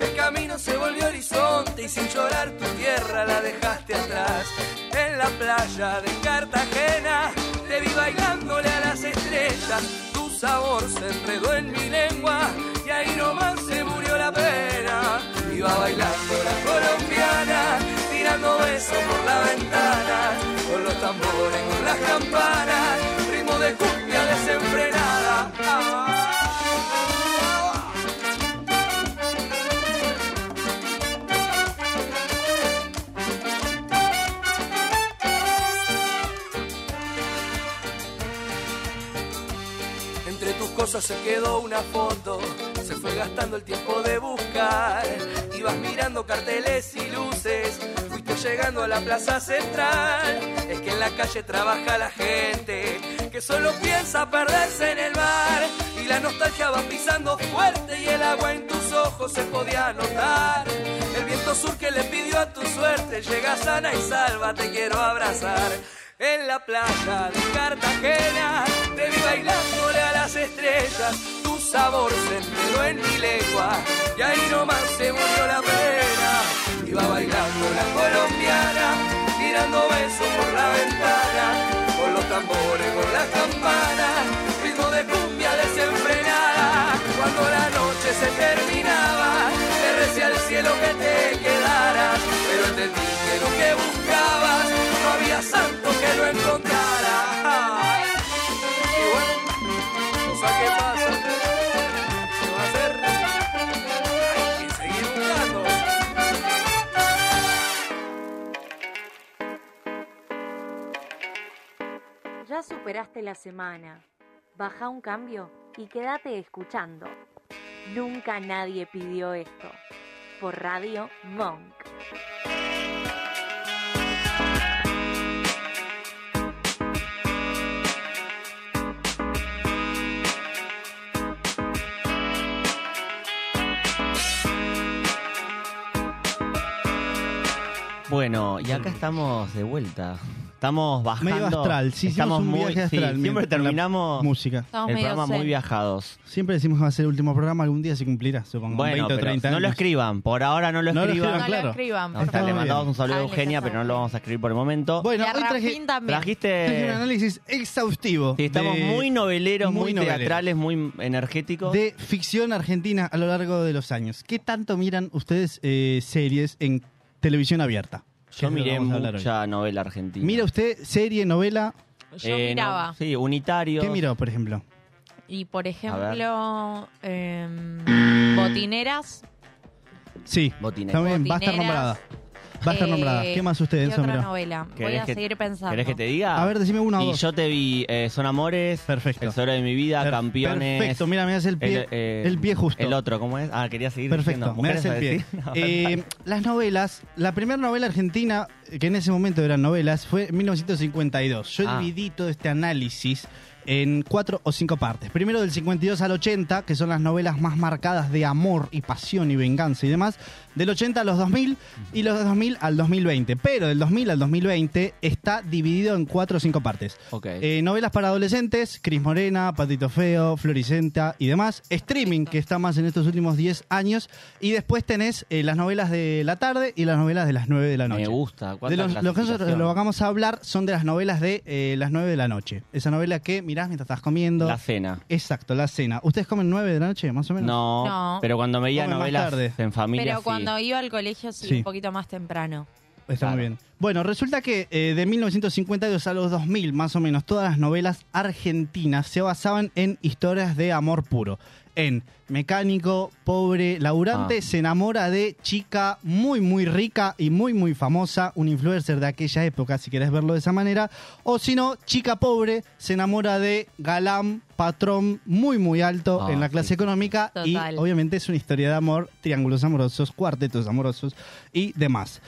S4: El camino se volvió horizonte y sin llorar tu tierra la dejaste atrás. En la playa de Cartagena te vi bailándole a las estrellas. Tu sabor se enredó en mi lengua y ahí nomás se murió la pena. Iba bailando la colombiana, tirando besos por la ventana, con los tambores, con las campanas, ritmo de cumbia desenfrenada. Ah. Entre tus cosas se quedó una foto, se fue gastando el tiempo de buscar. Ibas mirando carteles y luces, fuiste llegando a la plaza central. Es que en la calle trabaja la gente, que solo piensa perderse en el mar. Y la nostalgia va pisando fuerte y el agua en tus ojos se podía notar. El viento sur que le pidió a tu suerte, llega sana y salva, te quiero abrazar. En la playa de Cartagena te vi bailándole a las estrellas. Tu sabor se enredó en mi lengua y ahí nomás se murió la pena. Iba bailando la colombiana, tirando besos por la ventana, con los tambores, con las campanas, ritmo de cumbia desenfrenada. Cuando la noche se terminaba, te recé al cielo que te quedaras, pero entendí que lo que buscabas no había santo que lo encontrara. Y bueno, cosa que pasa, se va a hacer? Hay que seguir buscando.
S3: Ya superaste la semana. Baja un cambio y quédate escuchando. Nunca nadie pidió esto. Por Radio Monk.
S6: Bueno, y acá estamos de vuelta. Estamos bajando.
S7: Medio astral, sí,
S6: estamos
S7: hicimos un viaje
S6: sí,
S7: astral.
S6: siempre
S7: mientras- con la
S6: terminamos
S7: música.
S5: Estamos
S6: el
S5: medio
S6: programa muy
S5: zen.
S6: viajados.
S7: Siempre decimos que va a ser el último programa, algún día se cumplirá, supongo.
S6: Bueno,
S7: 20 o
S6: pero
S7: 30
S6: no lo
S7: años.
S6: escriban. Por ahora no lo
S7: No lo
S6: escriban.
S5: No
S7: escriban, claro.
S5: lo escriban,
S6: No,
S5: por
S6: está,
S7: Estamos
S6: le
S5: favor.
S7: bien.
S6: mandamos un saludo a
S5: Dale,
S6: Eugenia,
S5: César.
S6: pero no lo vamos a escribir por el momento.
S7: Bueno,
S5: Y a
S7: hoy traje-
S5: Rafín también.
S7: Traje un
S6: Trajiste.
S7: análisis exhaustivo.
S6: Eh. Sí, estamos
S7: de-
S6: muy noveleros, muy,
S7: muy noveleros.
S6: teatrales, muy energéticos.
S7: de ficción argentina a lo largo de los años. ¿Qué tanto miran ustedes eh, series en televisión abierta? Que
S6: Yo
S7: es lo que
S6: miré
S7: vamos a hablar hoy.
S6: mucha novela argentina.
S7: Mira usted serie, novela.
S5: Yo
S6: Eh, no,
S5: miraba.
S6: sí, unitario.
S7: ¿Qué miró, por ejemplo?
S5: Y por ejemplo, em, botineras.
S7: Sí,
S6: Botineras.
S7: está bien, va a estar nombrada.
S5: Botineras.
S7: Va a estar
S5: Eh,
S7: nombrada. ¿Qué más
S5: ¿Qué
S7: ustedes,
S5: otra
S7: Sombrero?
S5: novela? Voy
S6: ¿Querés
S5: a
S6: que-
S5: seguir pensando.
S6: ¿Querés que te diga?
S7: A ver, decime una o
S6: Y
S7: dos.
S6: yo te vi eh, Son Amores,
S7: Perfecto.
S6: El Tesoro de mi Vida,
S7: Per-
S6: Campeones.
S7: Perfecto, mira, me hace el pie, el,
S6: eh,
S7: pie justo.
S6: El otro, ¿cómo es? Ah, quería seguir
S7: Perfecto,
S6: diciendo.
S7: me
S6: ¿Mujeres
S7: hace el
S6: a
S7: pie.
S6: decir? No,
S7: Eh, las novelas, la primera novela argentina, que en ese momento eran novelas, fue en 1952. Yo
S6: Ah.
S7: dividí todo este análisis en cuatro o cinco partes. Primero del 52 al 80, que son las novelas más marcadas de amor y pasión y venganza y demás. Del 80 a los 2000 y los 2000 al 2020. Pero del 2000 al 2020 está dividido en cuatro o cinco partes.
S6: ok.
S7: Eh, novelas para adolescentes, Cris Morena, Patito Feo, Floricenta y demás. Streaming, que está más en estos últimos 10 años. Y después tenés eh, las novelas de la tarde y las novelas de las 9 de la noche.
S6: me gusta.
S7: De los, lo que nosotros lo vamos a hablar son de las novelas de eh, las 9 de la noche. Esa novela que mirás mientras estás comiendo.
S6: La cena.
S7: Exacto, la cena. ¿Ustedes comen 9 de la noche, más o menos?
S6: No,
S5: No.
S6: pero cuando veía
S7: Come más
S6: novelas
S7: tarde.
S6: en familia.
S5: Pero
S6: sí.
S5: cuando iba al colegio, sí,
S7: Sí.
S5: un poquito más temprano.
S7: Está muy
S6: Claro.
S7: bien. Bueno, resulta que eh, de 1952 a los 2000, más o menos, todas las novelas argentinas se basaban en historias de amor puro. En mecánico, pobre, laburante,
S6: Ah.
S7: se enamora de chica muy, muy rica y muy, muy famosa, un influencer de aquella época, si querés verlo de esa manera. O si no, chica pobre, se enamora de galán, patrón, muy, muy alto
S6: Ah,
S7: en la clase
S6: sí.
S7: económica. Y
S5: Total.
S7: obviamente es una historia de amor, triángulos amorosos, cuartetos amorosos y demás.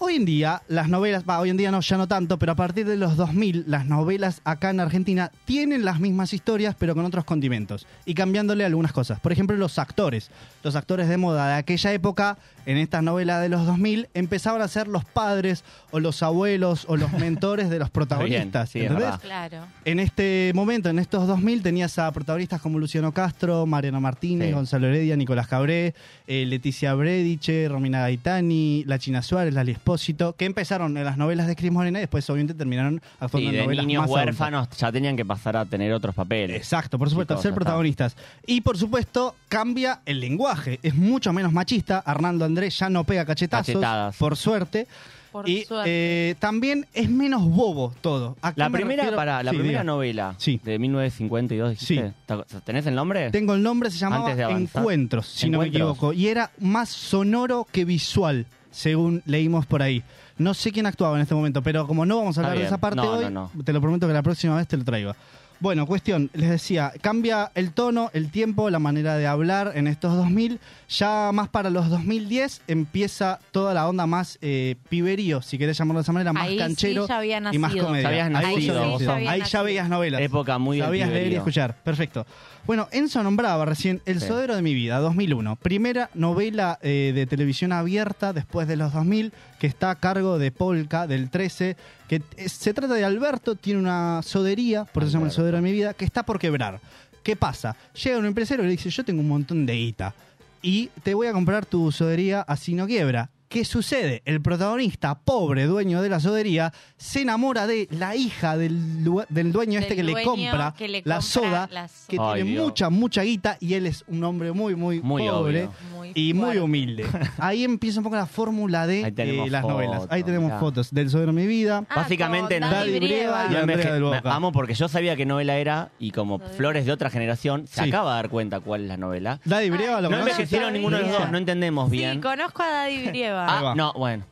S7: Hoy en día, las novelas, va, hoy en día no, ya no tanto, pero a partir de los 2000, las novelas acá en Argentina tienen las mismas historias, pero con otros condimentos y cambiándole algunas cosas. Por ejemplo, los actores. Los actores de moda de aquella época, en estas novelas de los 2000, empezaban a ser los padres o los abuelos o los mentores de los protagonistas.
S6: sí, es
S7: ¿entendés?
S6: verdad.
S5: Claro.
S7: En este momento, en estos 2000, tenías a protagonistas como Luciano Castro, Mariano Martínez,
S6: Sí.
S7: Gonzalo Heredia, Nicolás Cabré, eh, Leticia Brediche, Romina Gaitani, La China Suárez, Lali Espósito, que empezaron en las novelas de Cris Morena y después obviamente terminaron actuando
S6: Y
S7: en
S6: de
S7: novelas
S6: niños
S7: más adultas.
S6: huérfanos ya tenían que pasar a tener otros papeles.
S7: Exacto, por supuesto,
S6: Chicos,
S7: ser
S6: ya
S7: protagonistas. Y por supuesto, cambia el lenguaje. Es mucho menos machista. Arnaldo Andrés ya no pega cachetazos,
S6: Cachetadas.
S7: por suerte.
S5: Por
S7: y
S5: suerte.
S7: eh, también es menos bobo todo. ¿A
S6: La
S7: qué me
S6: primera,
S7: refiero?
S6: pará, la
S7: Sí,
S6: primera
S7: diga.
S6: novela
S7: Sí.
S6: de 1952, dijiste.
S7: Sí.
S6: ¿Te- ¿Tenés el nombre?
S7: Tengo el nombre, se llamaba
S6: Antes de avanzar.
S7: Encuentros, si no me
S6: Encuentros.
S7: equivoco. Y era más sonoro que visual, según leímos por ahí. No sé quién actuaba en este momento, pero como no vamos
S6: Está
S7: a hablar de
S6: bien.
S7: esa parte
S6: No,
S7: hoy,
S6: no,
S7: te lo prometo que la próxima vez te lo traigo. Bueno, cuestión, les decía, cambia el tono, el tiempo, la manera de hablar en estos 2000. Ya más para los 2010 empieza toda la onda más eh, piberío, si querés llamarlo de esa manera, más
S5: Ahí sí
S7: canchero
S5: ya había
S7: y más
S5: nacido.
S7: comedia.
S6: Ya habías
S7: Ahí,
S6: nacido,
S7: ya-
S6: vos
S7: ahí
S6: sos-
S7: ya, veías novelas.
S6: Época muy del
S7: Sabías leer y
S6: piberío.
S7: escuchar, perfecto. Bueno, Enzo nombraba recién El
S6: Sí.
S7: Sodero de mi vida, 2001. Primera novela eh, de televisión abierta después de los 2000, que está a cargo de Polka, del 13, que eh, se trata de Alberto, tiene una sodería, por eso se llama El
S6: Alberto.
S7: Sodero de mi vida, que está por quebrar. ¿Qué pasa? Llega un empresario y le dice, yo tengo un montón de guita y te voy a comprar tu sodería así no quiebra. ¿Qué sucede? El protagonista, pobre dueño de la sodería, se enamora de la hija del, due- del dueño este
S5: Del
S7: que le,
S5: dueño
S7: compra
S5: que le
S7: la
S5: compra
S7: soda,
S5: la soda.
S7: que
S6: Ay,
S7: tiene
S6: Dios.
S7: mucha, mucha guita y él es un hombre muy, muy,
S6: Muy
S7: pobre
S6: obvio.
S5: Muy
S7: y muy
S5: fuerte.
S7: humilde. Ahí empieza un poco la fórmula de
S6: Ahí tenemos
S7: eh, las
S6: fotos,
S7: novelas. Ahí tenemos
S6: mirá.
S7: fotos del Sobre mi vida.
S5: Ah,
S6: Básicamente,
S5: con
S6: no-
S5: Dani
S7: Daddy Brieva
S5: Brieva.
S7: y-
S6: No,
S7: Andrea
S6: enveje-
S7: del Boca.
S6: me- Amo porque yo sabía qué novela era y como
S5: Joder.
S6: flores de otra generación, se
S7: Sí.
S6: acaba de dar cuenta cuál es la novela.
S7: Daddy Brieva, ¿lo
S6: No
S7: conoces?
S6: envejecieron
S5: Daddy
S6: ninguno de los
S5: Brieva.
S6: dos, no entendemos bien.
S5: Sí, conozco a Daddy
S7: Ahí
S5: Brieva.
S7: va.
S6: Ah, no, bueno.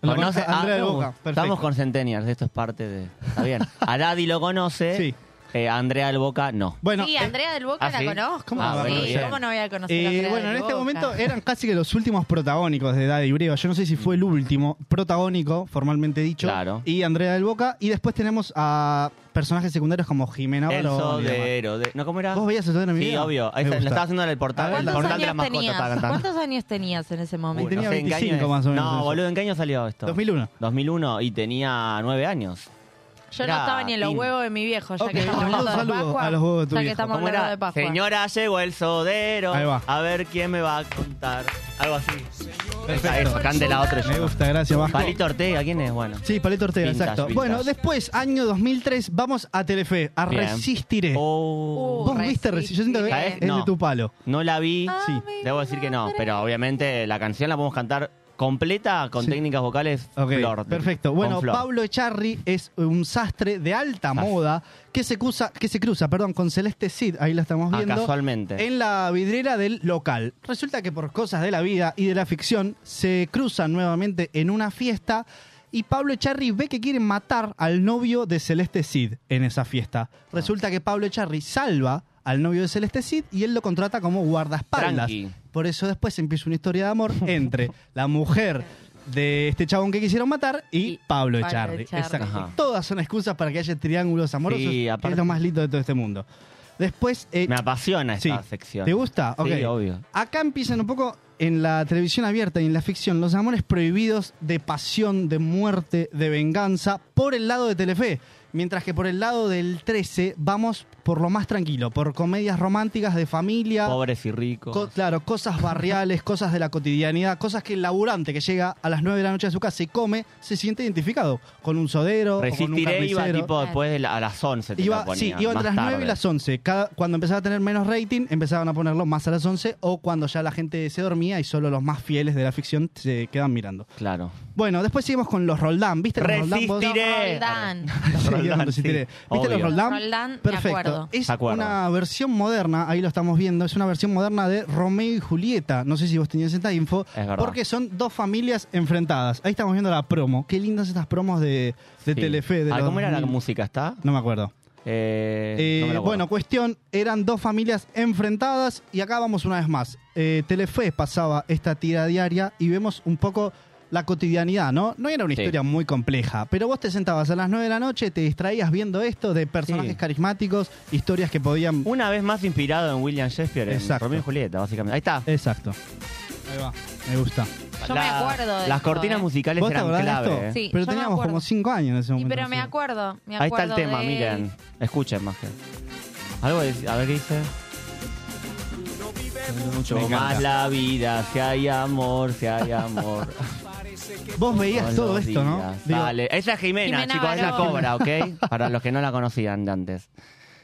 S7: Lo
S6: Conoce-
S7: conoce Andrea del Boca, perfecto.
S6: Estamos con Centennials, esto es parte de. Está bien. A Daddy lo conoce,
S7: Sí.
S6: eh, a Andrea del Boca no.
S7: Bueno,
S5: sí,
S7: eh,
S5: Andrea del Boca
S6: ¿ah,
S5: la
S6: sí?
S5: conozco.
S7: ¿Cómo
S6: Ah,
S7: la va a
S6: bueno,
S5: sí,
S6: bien.
S5: ¿cómo no voy a conocer a
S7: Eh,
S5: Andrea
S7: bueno,
S5: del
S7: en este
S5: Boca?
S7: momento eran casi que los últimos protagónicos de Daddy Breva. Yo no sé si fue el último protagónico, formalmente dicho.
S6: Claro.
S7: Y Andrea del Boca. Y después tenemos a personajes secundarios como Jimena
S6: El
S7: Barón y demás.
S6: sodero. de- ¿No cómo era?
S7: ¿Vos veías el sodero de mi
S6: Sí,
S7: vida?
S6: obvio.
S7: Me
S6: Ahí está,
S7: gusta.
S6: lo estaba haciendo en el portal,
S7: A ver,
S6: el
S5: ¿Cuántos
S6: portal de las
S5: años,
S6: mascotas.
S5: tenías?
S6: estaba cantando.
S5: ¿Cuántos años tenías en ese
S6: Uy,
S5: momento?
S7: Tenía
S6: no sé en qué año
S7: 25
S6: es.
S7: más o menos
S6: No,
S7: eso.
S6: boludo, ¿en qué año salió esto?
S7: 2001.
S6: 2001 y tenía 9 años.
S5: Yo no
S6: Era
S5: estaba ni en los
S6: teen.
S5: huevos de mi viejo, ya
S7: Ok,
S5: que estamos
S7: le mando
S5: hablando de
S7: saludos
S5: Pascua.
S7: a los huevos de tu
S5: ya que
S7: viejo.
S5: estamos
S6: ¿Cómo
S5: hablando
S6: era?
S5: de Pascua.
S6: Señora, llegó el sodero.
S7: Ahí va.
S6: A ver quién me va a contar. Algo así. Esa es,
S7: Perfecto.
S6: cante la otra. yo
S7: Me
S6: no.
S7: gusta, gracias, Vasco.
S6: Palito Ortega, ¿quién es? Bueno.
S7: Sí, Palito Ortega,
S6: Vintage,
S7: exacto.
S6: vintage.
S7: Bueno, después, año 2003, vamos a Telefe, a
S6: Bien.
S7: Resistiré.
S6: Oh.
S7: ¿Vos viste Resistiré? Yo siento que
S6: Resistiré.
S7: es de
S6: No.
S7: tu palo.
S5: Ah,
S6: No la vi.
S7: Sí.
S6: Debo decir que no. Pero obviamente la canción la podemos cantar completa con
S7: Sí.
S6: técnicas vocales
S7: Ok,
S6: flor.
S7: perfecto.
S6: con
S7: Bueno,
S6: flor.
S7: Pablo Echarri es un sastre de alta moda que se cruza, que se cruza perdón, con Celeste Cid, ahí la estamos
S6: Ah,
S7: viendo,
S6: casualmente.
S7: en la vidriera del local. Resulta que por cosas de la vida y de la ficción se cruzan nuevamente en una fiesta y Pablo Echarri ve que quieren matar al novio de Celeste Cid en esa fiesta. Resulta que Pablo Echarri salva al novio de Celeste Cid y él lo contrata como guardaespaldas.
S6: Tranqui.
S7: Por eso después empieza una historia de amor entre la mujer de este chabón que quisieron matar y,
S5: Y
S7: Pablo
S5: Pablo
S7: Echarri.
S5: Echarri.
S7: Exacto.
S6: Ajá.
S7: Todas son excusas para que haya triángulos amorosos,
S6: Sí,
S7: que
S6: aparte-
S7: es lo más lindo de todo este mundo. Después, eh,
S6: Me apasiona esta
S7: Sí.
S6: sección.
S7: ¿Te gusta? Ok.
S6: Sí, obvio.
S7: Acá empiezan un poco en la televisión abierta y en la ficción los amores prohibidos de pasión, de muerte, de venganza por el lado de Telefe. Mientras que por el lado del 13 vamos por lo más tranquilo, por comedias románticas de familia.
S6: Pobres y ricos.
S7: co- claro, cosas barriales, cosas de la cotidianidad, cosas que el laburante que llega a las 9 de la noche a su casa y come se siente identificado con un sodero, o con un
S6: Resistiré iba
S7: carnicero.
S6: tipo después de la- a las 11. te la
S7: Iba,
S6: ponía,
S7: sí, iba
S6: más
S7: entre las 9
S6: tarde.
S7: y las 11. Cada, cuando empezaba a tener menos rating, empezaban a ponerlo más a las 11 o cuando ya la gente se dormía y solo los más fieles de la ficción se quedan mirando.
S6: Claro.
S7: Bueno, después seguimos con los Roldán. ¿Viste los Roldán? vos?
S6: Resistiré.
S5: Roldán.
S7: Sí,
S6: Roldán,
S7: no, resistiré.
S6: sí,
S7: ¿Viste los
S6: obvio.
S7: Roldán?
S5: Roldán, me
S7: Perfecto.
S5: acuerdo.
S7: Es
S6: Me acuerdo.
S7: una versión moderna, ahí lo estamos viendo, es una versión moderna de Romeo y Julieta. No sé si vos tenías esta info.
S6: Es verdad.
S7: porque son dos familias enfrentadas. Ahí estamos viendo la promo. Qué lindas estas promos de,
S6: Sí.
S7: de Telefe. de
S6: Ah,
S7: los
S6: ¿Cómo era la
S7: 2000.
S6: música? ¿Está?
S7: No me acuerdo.
S6: Eh,
S7: Eh,
S6: no me la acuerdo.
S7: bueno, cuestión, eran dos familias enfrentadas y acá vamos una vez más. Eh, Telefe pasaba esta tira diaria y vemos un poco la cotidianidad, ¿no? No era una
S6: Sí.
S7: historia muy compleja, pero vos te sentabas a las 9 de la noche, te distraías viendo esto de personajes
S6: Sí.
S7: carismáticos, historias que podían...
S6: Una vez más inspirado en William Shakespeare, en
S7: Exacto.
S6: Romeo y Julieta, básicamente. Ahí está.
S7: Exacto. Ahí va, me gusta.
S5: Yo me acuerdo de
S6: Las
S5: esto,
S6: cortinas
S5: eh.
S6: musicales
S7: ¿Vos te
S6: eran
S7: acordás de
S6: clave.
S7: esto?
S6: eh.
S5: Sí,
S7: pero
S5: yo me
S7: teníamos
S5: acuerdo.
S7: como 5 años en ese
S5: Y
S7: momento.
S5: pero me
S7: nosotros.
S5: acuerdo, me
S6: Ahí está el
S5: acuerdo
S6: tema,
S5: de-
S6: miren. Escuchen, más que. Algo de- a ver qué dice. Mucho
S7: Me encanta.
S6: más la vida, si hay amor, si hay amor.
S7: Vos veías
S6: Todos
S7: todo
S6: los
S7: esto, ¿no?
S6: días.
S7: Digo,
S6: Dale. Esa es Jimena,
S5: Jimena
S6: chicos, es la
S5: Barón.
S6: cobra, ¿ok? Para los que no la conocían de antes.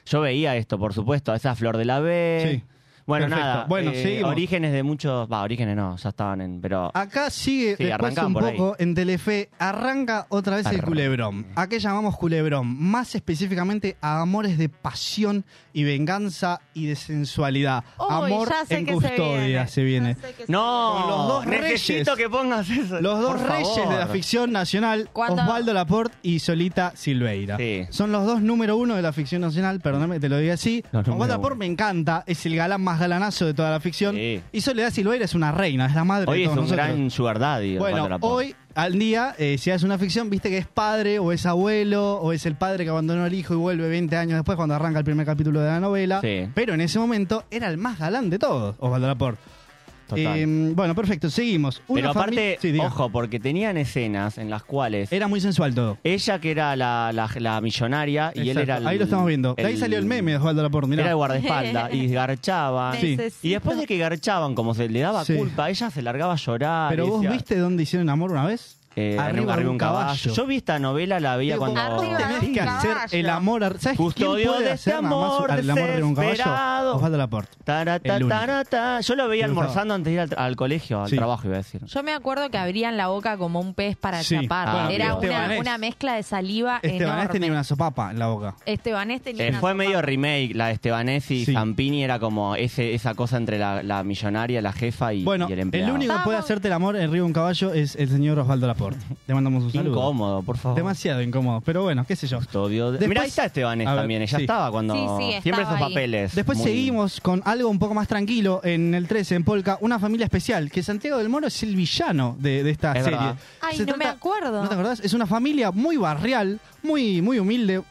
S6: Yo veía esto, por supuesto, esa flor de la B.
S7: Sí.
S6: Bueno,
S7: Perfecto.
S6: nada. eh,
S7: Bueno, seguimos. Ah,
S6: Orígenes de muchos. Va, orígenes no, ya estaban en. Pero.
S7: Acá sigue
S6: Sí,
S7: después
S6: arrancaban
S7: un
S6: por ahí.
S7: poco en Telefe, arranca otra vez el
S6: Arranca.
S7: culebrón. ¿A qué llamamos culebrón? Más específicamente a amores de pasión y venganza y de sensualidad.
S5: Uy,
S7: Amor
S5: ya sé
S7: en
S5: que se
S7: custodia
S5: viene.
S7: se viene.
S6: no,
S7: Con los dos
S6: necesito
S7: reyes.
S6: que pongas eso.
S7: Los dos
S6: por
S7: reyes
S6: favor.
S7: de la ficción nacional,
S5: ¿Cuándo?
S7: Osvaldo Laporte y Solita Silveira.
S6: Sí.
S7: Son los dos número uno de la ficción nacional, perdóname, que te lo diga así.
S6: Los número
S7: Osvaldo Laporte
S6: uno.
S7: me encanta, es el galán más galanazo de toda la ficción.
S6: Sí.
S7: Y Soledad Silveira es una reina, es la madre
S6: Hoy
S7: de
S6: es un
S7: todos nosotros.
S6: gran sugar daddy.
S7: Bueno,
S6: Osvaldo Lapón.
S7: hoy al día, eh, si haces una ficción, viste que es padre o es abuelo o es el padre que abandonó al hijo y vuelve 20 años después cuando arranca el primer capítulo de la novela.
S6: Sí.
S7: Pero en ese momento era el más galán de todos, Osvaldo Laporte.
S6: Total.
S7: Eh, bueno, perfecto, seguimos. Una
S6: Pero aparte,
S7: familia- Sí, diga.
S6: ojo, porque tenían escenas en las cuales
S7: Era muy sensual todo.
S6: ella que era la, la- la millonaria y él
S7: Exacto.
S6: era el,
S7: Ahí lo estamos viendo. De ahí salió el meme de Osvaldo Laporte, mirá.
S6: Era el guardaespaldas y garchaban.
S7: Sí.
S5: Necesito-
S6: Y después de que garchaban, como se le daba
S7: Sí.
S6: culpa, ella se largaba a llorar.
S7: Pero
S6: y
S7: vos
S6: decía,
S7: viste dónde hicieron amor una vez?
S6: eh, arriba, de un caballo. Yo vi esta novela, la veía
S7: Digo,
S6: cuando.
S7: vos tenés
S5: Arriba
S7: que
S5: de un
S7: hacer
S5: caballo.
S7: el amor. ar- ¿Sabes
S6: Custodio
S7: quién puede
S6: de
S7: hacer
S6: este
S7: nada más
S6: amor
S7: ar- el amor arriba de un caballo?
S6: desesperado.
S7: Osvaldo Laporte.
S6: Tara, ta,
S7: El único.
S6: tara, ta. Yo lo veía
S7: Me gustaba.
S6: almorzando antes de ir al, al colegio, al
S7: Sí.
S6: trabajo, iba a decir.
S5: Yo me acuerdo que abrían la boca como un pez para
S7: Sí.
S5: chapar.
S6: Ah,
S5: Era
S6: bien.
S5: una,
S7: Estebanés.
S5: una mezcla de saliva
S7: Estebanés
S5: enorme.
S7: tenía este una sopapa en la boca.
S5: Estebanés tenía
S6: Eh,
S5: una
S6: fue
S5: sopa.
S6: medio remake, la de Estebanés y
S7: Sí.
S6: Zampini era como ese, esa cosa entre la, la millonaria, la jefa y,
S7: Bueno,
S6: y el
S7: el,
S6: empleado.
S7: único que puede
S5: Vamos.
S7: hacerte el amor en Río de un Caballo es el señor Osvaldo Laporte. Le mandamos un
S6: Qué
S7: saludo.
S6: incómodo, por favor.
S7: Demasiado incómodo, pero bueno, qué sé yo.
S6: Custodio de-
S7: Después-
S6: Mirá, ahí está Estebanés
S7: A ver,
S6: también, ella
S7: sí.
S6: estaba cuando...
S5: Sí, sí, estaba
S6: Siempre esos
S5: ahí.
S6: papeles.
S7: Después
S6: muy-
S7: seguimos con algo un poco más tranquilo en el 13, en Polka, una familia especial, que Santiago del Moro es el villano de, de esta
S6: Es
S7: serie.
S6: verdad.
S5: Ay,
S7: Se
S5: no me
S7: trata-
S5: acuerdo.
S7: ¿No te acordás? Es una familia muy barrial, muy, muy humilde,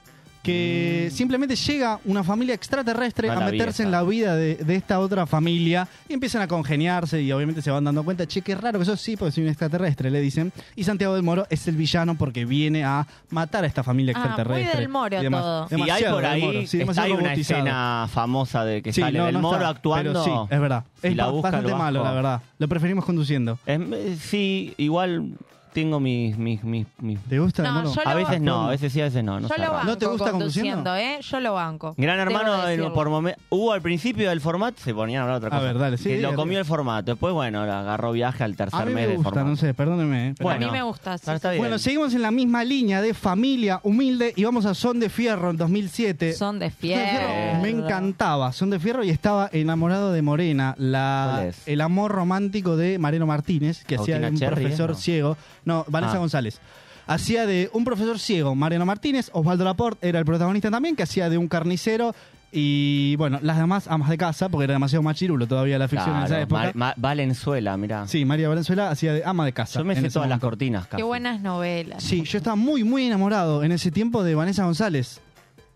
S7: que simplemente llega una familia extraterrestre
S6: No
S7: a
S6: Mm. la vi esa.
S7: meterse en la vida de, de esta otra familia y empiezan a congeniarse y obviamente se van dando cuenta, che, qué raro que sos, sí, porque soy un extraterrestre, le dicen. Y Santiago del Moro es el villano porque viene a matar a esta familia
S5: Ah,
S7: extraterrestre.
S5: muy del Moro
S7: y demás.
S5: todo.
S6: Y hay
S7: Demasiado
S6: por
S7: del Moro,
S6: ahí, está
S7: sí, demasiado
S6: hay una
S7: robotizado.
S6: escena famosa de que
S7: Sí,
S6: sale
S7: no,
S6: del
S7: no
S6: Moro
S7: está,
S6: actuando.
S7: pero sí, es verdad.
S6: Si
S7: es
S6: la
S7: ba-
S6: busca,
S7: bastante
S6: lo
S7: malo,
S6: bajo.
S7: la verdad. Lo preferimos conduciendo.
S6: Em, eh, sí, igual tengo mis... mis, mis, mis-
S7: ¿Te gusta,
S5: No,
S7: hermano?
S5: yo
S6: A
S5: lo
S6: veces no,
S7: banco.
S6: a veces sí, a veces no. No,
S5: Yo
S6: sé,
S5: lo
S6: raro.
S5: banco
S7: ¿No te gusta
S5: conduciendo,
S7: conduciendo?
S5: ¿eh? Yo lo banco.
S6: Gran
S5: Debo
S6: Hermano, el-
S5: decirlo.
S6: por momen- hubo al principio del formato, se ponían a hablar otra
S7: A
S6: cosa.
S7: ver, dale, sí,
S6: que lo
S7: dale.
S6: comió el formato. Después, bueno, ahora agarró viaje al tercer
S7: A mí
S6: mes
S7: me
S6: de
S7: gusta,
S6: formato.
S7: no sé, perdónenme. eh, pero-
S5: A mí me gusta, sí,
S6: ahora está
S5: sí.
S6: bien.
S7: Bueno, seguimos en la misma línea de familia humilde y vamos a Son de Fierro en 2007.
S5: Son
S7: Son
S5: de
S7: de
S5: fierro.
S7: Me encantaba Son de Fierro y estaba enamorado de Morena, la,
S6: ¿Cuál es?
S7: el amor romántico de Mariano Martínez, que hacía de
S6: Agustina
S7: un
S6: Cherry,
S7: profesor
S6: ¿no?
S7: ciego. No, Vanessa
S6: Ah.
S7: González. Hacía de un profesor ciego, Mariano Martínez, Osvaldo Laporte era el protagonista también, que hacía de un carnicero y, bueno, las demás amas de casa, porque era demasiado machirulo todavía la ficción en esa
S6: Claro,
S7: época.
S6: Ma- Ma- Valenzuela, mirá.
S7: sí, María Valenzuela hacía de ama de casa.
S6: Yo me
S7: en
S6: sé
S7: ese
S6: todas las
S7: momento.
S6: cortinas, casi.
S5: Qué buenas novelas.
S7: Sí, yo estaba muy, muy enamorado en ese tiempo de Vanessa González.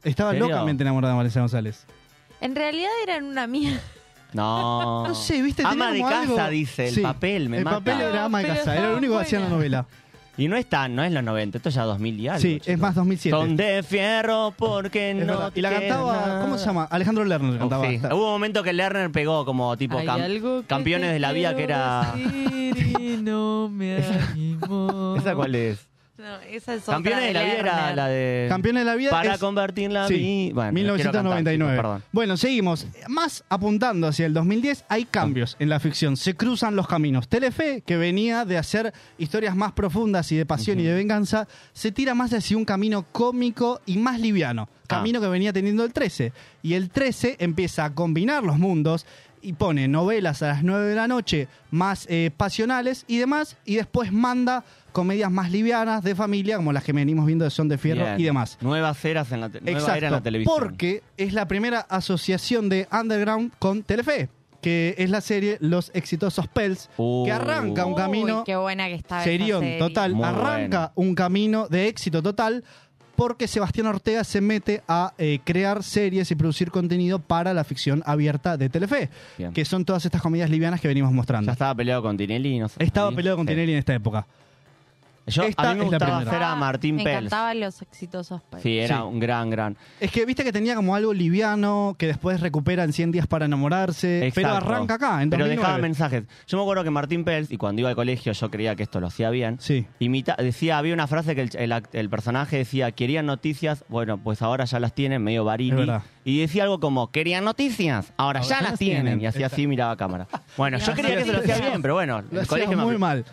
S7: Estaba
S6: ¿En serio?
S7: locamente enamorado de Vanessa González.
S5: En realidad eran una mía.
S6: No.
S7: No sé, viste,
S6: Ama de
S7: tenía
S6: casa,
S7: como algo-
S6: dice. El
S7: Sí,
S6: papel me
S7: El
S6: mata.
S7: papel era ama de
S5: Pero
S7: casa, era lo
S5: estaba
S7: único que hacía en la
S5: buena.
S7: novela.
S6: Y no es tan, no es los 90, esto es ya 2000 y algo.
S7: sí, es
S6: chicos.
S7: más 2007.
S6: Son de fierro porque
S7: Es
S6: no.
S7: verdad. y la
S6: queda
S7: cantaba,
S6: nada. Oh,
S7: ¿cómo se llama? Alejandro Lerner cantaba.
S6: Sí.
S7: esta.
S6: Hubo un momento que Lerner pegó como tipo
S5: Hay
S6: cam-
S5: algo que
S6: campeones
S5: te
S6: de la vida que
S5: quiero
S6: era.
S5: decir y no me animo.
S6: ¿Esa cuál es?
S5: No, esa es otra
S6: Campeones de la vida era
S5: Lerner.
S6: la de.
S7: Campeones de la vida
S6: Para
S7: es-
S6: convertir la
S7: Sí,
S6: vida. Bueno, no quiero cantar,
S7: 1999.
S6: chicos, perdón.
S7: bueno, seguimos. Más apuntando hacia el 2010, hay cambios en la ficción. Se cruzan los caminos. Telefe, que venía de hacer historias más profundas y de pasión y de venganza, se tira más hacia un camino cómico y más liviano.
S6: Ah.
S7: Camino que venía teniendo el 13. Y el 13 empieza a combinar los mundos y pone novelas a las 9 de la noche más eh, pasionales y demás. Y después manda comedias más livianas de familia, como las que venimos viendo de Son de Fierro
S6: Bien.
S7: y demás.
S6: Nuevas eras en la, te- nueva era en la televisión.
S7: Porque es la primera asociación de Underground con Telefe, que es la serie Los Exitosos Pels,
S6: Uh.
S7: que arranca un
S5: Uy,
S7: camino
S5: qué buena que estaba esa
S7: serión
S5: serie.
S7: total,
S6: Muy
S7: arranca un camino de éxito total. Porque Sebastián Ortega se mete a eh, crear series y producir contenido para la ficción abierta de Telefe,
S6: Bien.
S7: que son todas estas comedias livianas que venimos mostrando.
S6: Ya estaba peleado con Tinelli. No sé,
S7: Estaba
S6: ¿sí?
S7: peleado con
S6: Sí.
S7: Tinelli en esta época.
S6: Yo,
S7: Esta
S6: a mí me
S7: es la
S6: gustaba
S7: primera.
S6: hacer a Martín
S5: Ah, Me
S6: Pels.
S5: encantaban los exitosos países.
S6: Sí, era
S7: Sí. Eh,
S6: un gran, gran.
S7: Es que viste que tenía como algo liviano que después recupera en 100 días para enamorarse, pero
S6: Exacto.
S7: arranca acá, en
S6: Pero
S7: 2009.
S6: dejaba mensajes. Yo me acuerdo que Martín Pels, y cuando iba al colegio yo creía que esto lo hacía bien,
S7: Sí.
S6: imita- decía, había una frase que el, ch- el act- el personaje decía, querían noticias, bueno, pues ahora ya las tienen, medio
S7: Es
S6: varili.
S7: verdad.
S6: Y decía algo como, querían noticias, ahora, ya las tienen. Y hacía así, miraba a cámara. Bueno, yo
S5: Querían
S6: creía que se lo hacía
S5: noticias.
S6: bien, pero bueno,
S7: Lo
S6: el
S7: hacías
S6: colegio me-
S7: muy mal.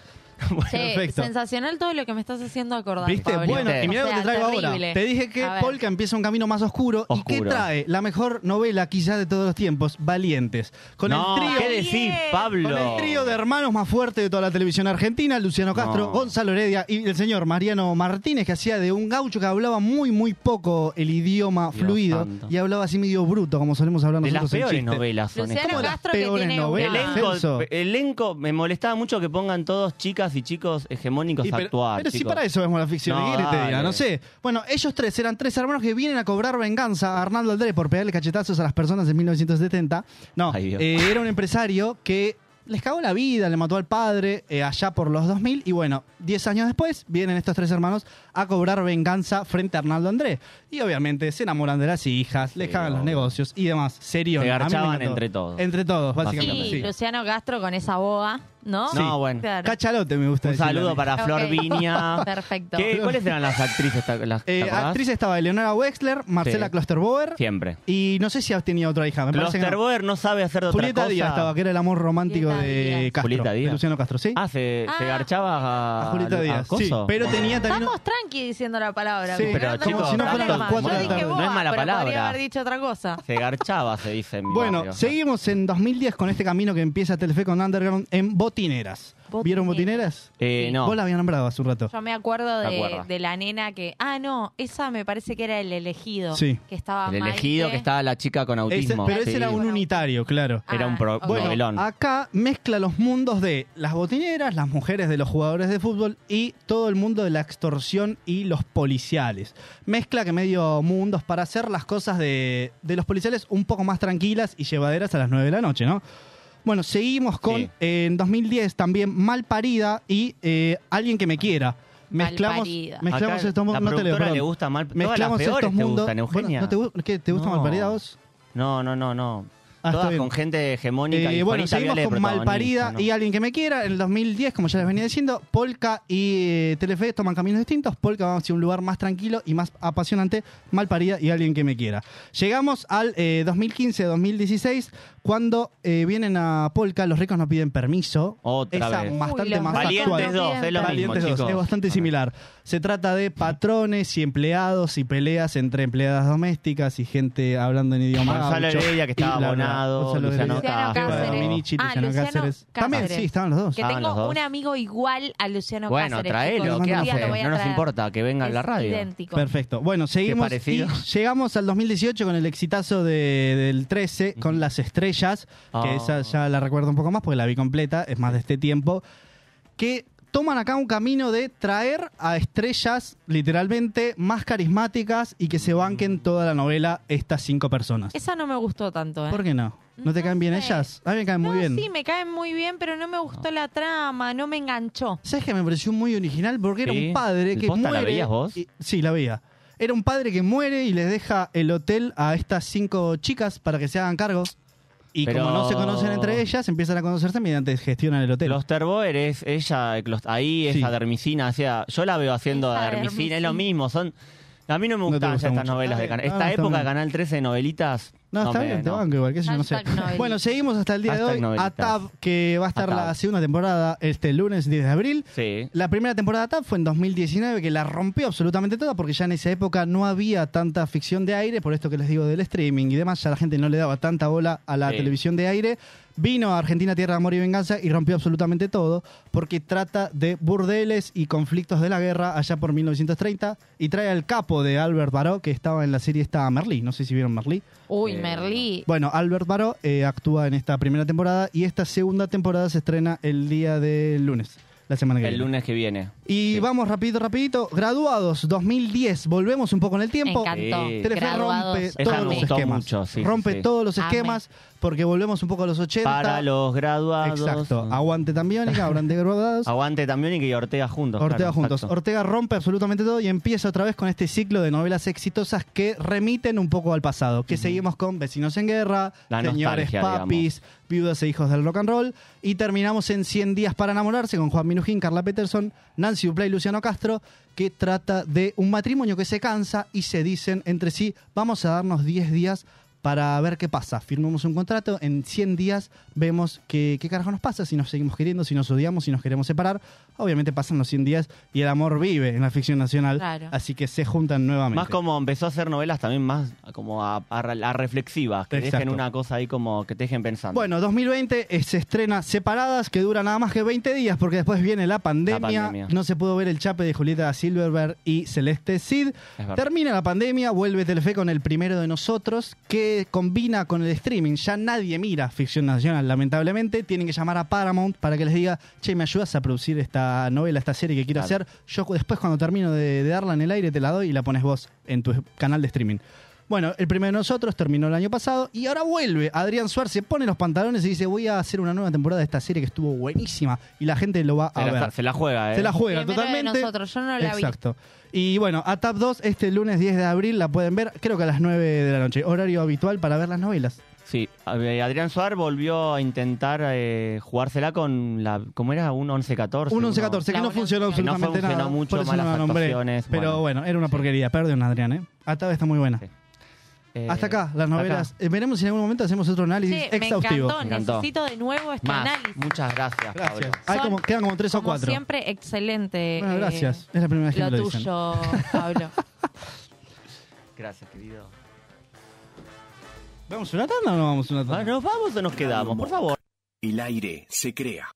S5: Che,
S7: Perfecto.
S5: sensacional todo lo que me estás haciendo acordar.
S7: ¿Viste?
S5: Pablo.
S7: Bueno, y mira
S5: O
S7: lo que
S5: sea,
S7: traigo ahora.
S5: terrible.
S7: Te dije que
S5: A ver.
S7: Polka empieza un camino más oscuro, y que
S6: Oscuro.
S7: trae la mejor novela quizás de todos los tiempos, Valientes. Con
S6: no,
S7: el
S6: ¿qué
S7: trío
S6: decís,
S5: Bien.
S6: Pablo?
S7: con el trío de hermanos más fuerte de toda la televisión argentina, Luciano Castro,
S6: No.
S7: Gonzalo Heredia y el señor Mariano Martínez, que hacía de un gaucho que hablaba muy, muy poco el idioma
S6: Dios
S7: fluido
S6: santo.
S7: y hablaba así medio bruto, como solemos hablar
S6: De
S7: nosotros
S6: las
S7: en
S6: peores
S7: chiste.
S6: novelas son estas.
S5: Luciano
S7: como las
S5: Castro que
S7: peores
S5: tiene
S7: novelas.
S5: una...
S6: Elenco,
S7: Celso.
S6: elenco, me molestaba mucho que pongan todos chicas y chicos hegemónicos
S7: Y
S6: a
S7: pero
S6: actuar.
S7: pero si
S6: chicos.
S7: para eso vemos la ficción,
S6: No,
S7: ¿qué querés que te
S6: dale.
S7: diga? No sé. Bueno, ellos tres eran tres hermanos que vienen a cobrar venganza a Arnaldo Andrés por pegarle cachetazos a las personas en 1970. No,
S6: Ay, Dios.
S7: eh, era un empresario que les cagó la vida, le mató al padre eh, allá por los 2000 y bueno, 10 años después vienen estos tres hermanos a cobrar venganza frente a Arnaldo Andrés. Y obviamente se enamoran de las hijas, les
S6: Sí,
S7: cagan los
S6: obvio.
S7: negocios y demás. Serio.
S6: Se
S7: a mí me
S6: garchaban
S7: encantó.
S6: entre todos.
S7: Entre todos, básicamente.
S5: Sí,
S7: sí.
S5: Luciano Castro con esa boa, ¿no?
S6: No, bueno.
S5: Claro.
S7: Cachalote me gusta
S6: Un
S7: decirle a
S6: saludo
S7: mí.
S6: para
S5: Ok.
S6: Flor Viña.
S5: Perfecto.
S6: ¿Qué- ¿Cuáles eran las actrices? ¿Te- las- te
S7: Eh,
S6: acordás?
S7: actriz estaba Eleonora Wexler, Marcela
S6: Sí.
S7: Klosterboer
S6: Siempre.
S7: y no sé si ha tenido otra hija. Me parece que no.
S6: Klosterboer no sabe hacer de otra
S7: Julieta
S6: cosa.
S7: Díaz estaba, que era el amor romántico
S5: Julieta
S7: de
S5: Díaz.
S7: Castro.
S6: Julieta
S7: de
S6: Díaz.
S7: Luciano Castro, ¿sí?
S6: Ah, se, se
S5: Ah.
S6: garchaba a,
S7: A Julieta
S6: a- a
S7: Díaz.
S6: Coso.
S7: sí, pero tenía también.
S5: Estamos tranqui diciendo la palabra.
S7: Sí,
S5: porque
S6: pero,
S5: no
S6: chicos,
S5: tenemos
S6: como si no fueran
S5: problema.
S6: las cuatro de
S5: Yo
S6: la
S5: dije
S6: tarde.
S5: boa,
S6: No es mala
S5: pero
S6: palabra.
S5: podría haber dicho otra cosa.
S6: Se garchaba, se dice. en mi
S7: Bueno,
S6: barrio.
S7: seguimos en 2010 con este camino que empieza Telefe con Underground en Botineras. ¿Vieron Botineras?
S6: Eh, no.
S7: Vos la habías nombrado hace un rato.
S5: Yo me acuerdo
S6: Me
S5: de,
S6: acuerdo.
S5: de la nena que... Ah, no, esa me parece que era el elegido.
S7: Sí.
S5: Que estaba
S6: El
S5: Maite.
S6: elegido que estaba la chica con
S7: Ese-
S6: autismo.
S7: pero ese
S6: sí.
S7: era un unitario, claro.
S6: Era un pro-
S5: Ah, ok.
S6: Bueno, novelón.
S7: Acá mezcla los mundos de las botineras, las mujeres de los jugadores de fútbol y todo el mundo de la extorsión y los policiales. Mezcla que medio mundos para hacer las cosas de, de los policiales un poco más tranquilas y llevaderas a las 9 de la noche, ¿no? Bueno, seguimos con
S6: Sí.
S7: eh, en 2010 también Mal Parida y eh, Alguien que me quiera. Mezclamos,
S5: Malparida.
S7: mezclamos
S6: Acá
S7: estos
S6: la
S7: mundos. No te leo,
S6: productora
S7: perdón.
S6: le gusta mal. todas las
S7: Mezclamos
S6: peores
S7: estos
S6: te
S7: mundos.
S6: gustan,
S7: Bueno,
S6: Eugenia.
S7: ¿no te, gu- qué, ¿Te gusta
S6: No.
S7: Mal Parida a vos?
S6: No, no, no, no.
S7: Ah, está
S6: Todas
S7: bien.
S6: con gente hegemónica. y
S7: Eh, bueno,
S6: Juanita
S7: seguimos
S6: Viale de
S7: con
S6: protagonista,
S7: Malparida
S6: ¿no?
S7: y Alguien que me quiera. En el 2010, como ya les venía diciendo, Polka y eh, Telefe toman caminos distintos. Polka va hacia un lugar más tranquilo y más apasionante. Malparida y Alguien que me quiera. Llegamos al eh, 2015-2016, cuando eh, vienen a Polka, los ricos no piden permiso.
S6: Otra
S7: Esa
S6: vez.
S7: bastante
S5: Uy,
S7: más actual.
S6: Valientes 2, es lo mismo,
S7: Valientes dos,
S6: chicos.
S7: Es bastante similar. Se trata de patrones y empleados y peleas entre empleadas domésticas y gente hablando en idioma
S6: Gonzalo
S7: gaucho
S6: Heredia, que
S7: y
S6: estaba
S7: bla, bla.
S6: abonado,
S7: Gonzalo
S6: Luciano
S7: Heredia.
S5: Luciano
S6: Castro.
S5: Cáceres.
S7: Dominici,
S5: Ah,
S7: Luciano
S5: Luciano
S7: Cáceres. También,
S5: Cáceres.
S7: sí, estaban los dos.
S5: Que
S6: Estaban los
S5: tengo
S6: dos.
S5: un amigo igual a Luciano
S6: Bueno,
S5: Cáceres.
S6: traelo,
S5: chicos.
S6: ¿qué
S5: Un día lo voy
S6: hace?
S5: a
S6: No nos
S5: traer.
S6: importa, que venga a la
S5: Es
S6: radio.
S5: idéntico.
S7: Perfecto. Bueno, seguimos.
S6: parecido.
S7: y llegamos al 2018 con el exitazo de- del 13 con Las Estrellas, que
S6: Ah.
S7: esa ya la recuerdo un poco más porque la vi completa, es más de este tiempo, que toman acá un camino de traer a estrellas literalmente más carismáticas y que
S6: Mm.
S7: se banquen toda la novela estas cinco personas.
S5: Esa no me gustó tanto, ¿eh?
S7: ¿Por qué no? ¿No te
S5: No
S7: caen bien
S5: sé.
S7: ellas? A mí me caen muy
S5: no,
S7: bien.
S5: sí, me caen muy bien, pero no me gustó la trama, no me enganchó.
S7: ¿Sabes que me pareció muy original? Porque era
S6: Sí.
S7: un padre
S6: ¿El
S7: que
S6: posta la
S7: muere.
S6: veías vos?
S7: y- sí, la veía. Era un padre que muere y les deja el hotel a estas cinco chicas para que se hagan cargo. Y
S6: Pero-
S7: como no se conocen entre ellas, empiezan a conocerse mediante gestionan el hotel.
S6: Los Terboer es ella, los- ahí es
S7: Sí.
S6: la dermicina, o sea, yo la veo haciendo
S5: Esa
S6: la dermicina, es
S5: dermicina.
S6: lo mismo, son... A mí no me
S7: No te
S6: gustan
S7: gusta
S6: ya estas
S7: mucho. Ah,
S6: novelas de
S7: Está
S6: Canal
S7: bien. No,
S6: Esta
S7: no, está
S6: época de
S7: bien.
S6: Canal 13 de novelitas...
S7: No, está
S6: me-
S7: bien, te
S6: no.
S7: banco igual, qué sé yo, no sé.
S5: Hashtag novelita.
S7: Bueno, seguimos hasta el día de
S6: Hashtag
S7: hoy.
S6: novelita.
S7: A TAB, que va a estar la
S6: ATAB.
S7: segunda temporada este lunes 10 de abril.
S6: Sí.
S7: La primera temporada de TAP fue en 2019, que la rompió absolutamente toda, porque ya en esa época no había tanta ficción de aire, por esto que les digo del streaming y demás, ya la gente no le daba tanta bola a la
S6: Sí.
S7: televisión de aire. Vino a Argentina Tierra de Amor y Venganza y rompió absolutamente todo, porque trata de burdeles y conflictos de la guerra allá por 1930, y trae al capo de Albert Baró, que estaba en la serie esta Merlí, no sé si vieron Merlí.
S5: Uy,
S6: Eh,
S5: Merlí.
S7: Bueno, Albert Baró eh, actúa en esta primera temporada, y esta segunda temporada se estrena el día del lunes, la semana que
S6: El
S7: viene.
S6: lunes que viene.
S7: Y
S6: Sí.
S7: vamos rapidito, rapidito. Graduados 2010, volvemos un poco en el
S5: Me
S7: tiempo.
S5: encantó.
S6: Sí.
S7: Telefe
S5: Graduados.
S7: rompe
S6: Esa
S7: todos
S6: me
S7: los
S6: gustó
S7: esquemas.
S6: mucho, sí,
S7: rompe
S6: sí, sí.
S7: todos los
S5: Amé.
S7: esquemas porque volvemos un poco a los 80.
S6: Para los graduados...
S7: Exacto.
S6: Mm.
S7: Aguante también, aguante graduados.
S6: Aguante también y que Ortega juntos.
S7: Ortega
S6: claro,
S7: juntos.
S6: exacto.
S7: Ortega rompe absolutamente todo y empieza otra vez con este ciclo de novelas exitosas que remiten un poco al pasado. Que seguimos con Vecinos en Guerra,
S6: La
S7: Señores
S6: nostalgia,
S7: Papis, Viudas e Hijos del Rock and Roll. Y terminamos en 100 Días para Enamorarse con Juan Minujín, Carla Peterson, Nancy Duplay y Luciano Castro, que trata de un matrimonio que se cansa y se dicen entre sí: vamos a darnos 10 días. Para ver qué pasa, firmamos un contrato, en 100 días vemos qué- qué carajo nos pasa, si nos seguimos queriendo, si nos odiamos, si nos queremos separar. Obviamente pasan los 100 días y el amor vive en la ficción nacional,
S5: Claro.
S7: así que se juntan nuevamente.
S6: Más como empezó a hacer novelas también más como a, a- a reflexivas, que dejen
S7: Exacto.
S6: una cosa ahí como que te dejen pensando.
S7: Bueno, 2020 eh, se estrena Separadas, que dura nada más que 20 días, porque después viene la pandemia.
S6: La pandemia.
S7: No se pudo ver el chape de Julieta Silverberg y Celeste Cid.
S6: Es verdad.
S7: Termina la pandemia, vuelve Telefe con el primero de nosotros, que combina con el streaming. Ya nadie mira ficción nacional, lamentablemente. Tienen que llamar a Paramount para que les diga, che, ¿me ayudas a producir esta novela, esta serie que quiero
S6: Claro.
S7: hacer? Yo cu- después cuando termino de, de darla en el aire te la doy y la pones vos en tu canal de streaming. Bueno, el primero de nosotros terminó el año pasado y ahora vuelve. Adrián Suárez se pone los pantalones y dice, voy a hacer una nueva temporada de esta serie que estuvo buenísima y la gente lo va
S6: se,
S7: a
S6: la,
S7: ver.
S6: se la juega, ¿eh?
S7: Se la juega
S5: Primero de
S7: totalmente.
S5: nosotros, yo no la vi.
S7: Exacto. Y bueno, a TAP 2 este lunes 10 de abril la pueden ver, creo que a las 9 de la noche, horario habitual para ver las novelas.
S6: Sí, a- eh, Adrián Suárez volvió a intentar eh, jugársela con la. ¿Cómo era? Un 11-14.
S7: Un
S6: uno-
S7: 11-14, que
S5: La
S7: no funcionó
S5: buena noticia.
S6: Que no
S7: absolutamente
S6: funcionó
S7: nada.
S6: mucho,
S7: por eso no
S6: malas
S7: la nombré.
S6: actuaciones,
S7: Pero
S6: bueno.
S7: bueno, era una porquería. Perdón, Adrián, ¿eh? A TAP está muy buena.
S6: Sí. Eh,
S7: Hasta acá, las
S6: hasta
S7: novelas.
S6: acá.
S7: Eh, veremos si en algún momento hacemos otro análisis
S5: Che, me
S7: exhaustivo.
S5: encantó,
S6: Me encantó.
S5: necesito de nuevo este
S6: Más.
S5: análisis.
S6: Muchas gracias,
S7: Gracias.
S6: Pablo.
S7: Hay
S5: Son,
S7: como, quedan como tres o
S5: Como
S7: cuatro.
S5: siempre, excelente.
S7: Bueno,
S5: eh,
S7: gracias. Es la primera vez que me
S5: Lo
S7: lo dicen.
S5: tuyo, Pablo.
S6: Gracias, querido.
S7: ¿Vamos a una tanda o no vamos a una
S6: Ah,
S7: tanda?
S6: ¿Nos vamos o nos quedamos? Por favor.
S1: El aire se crea.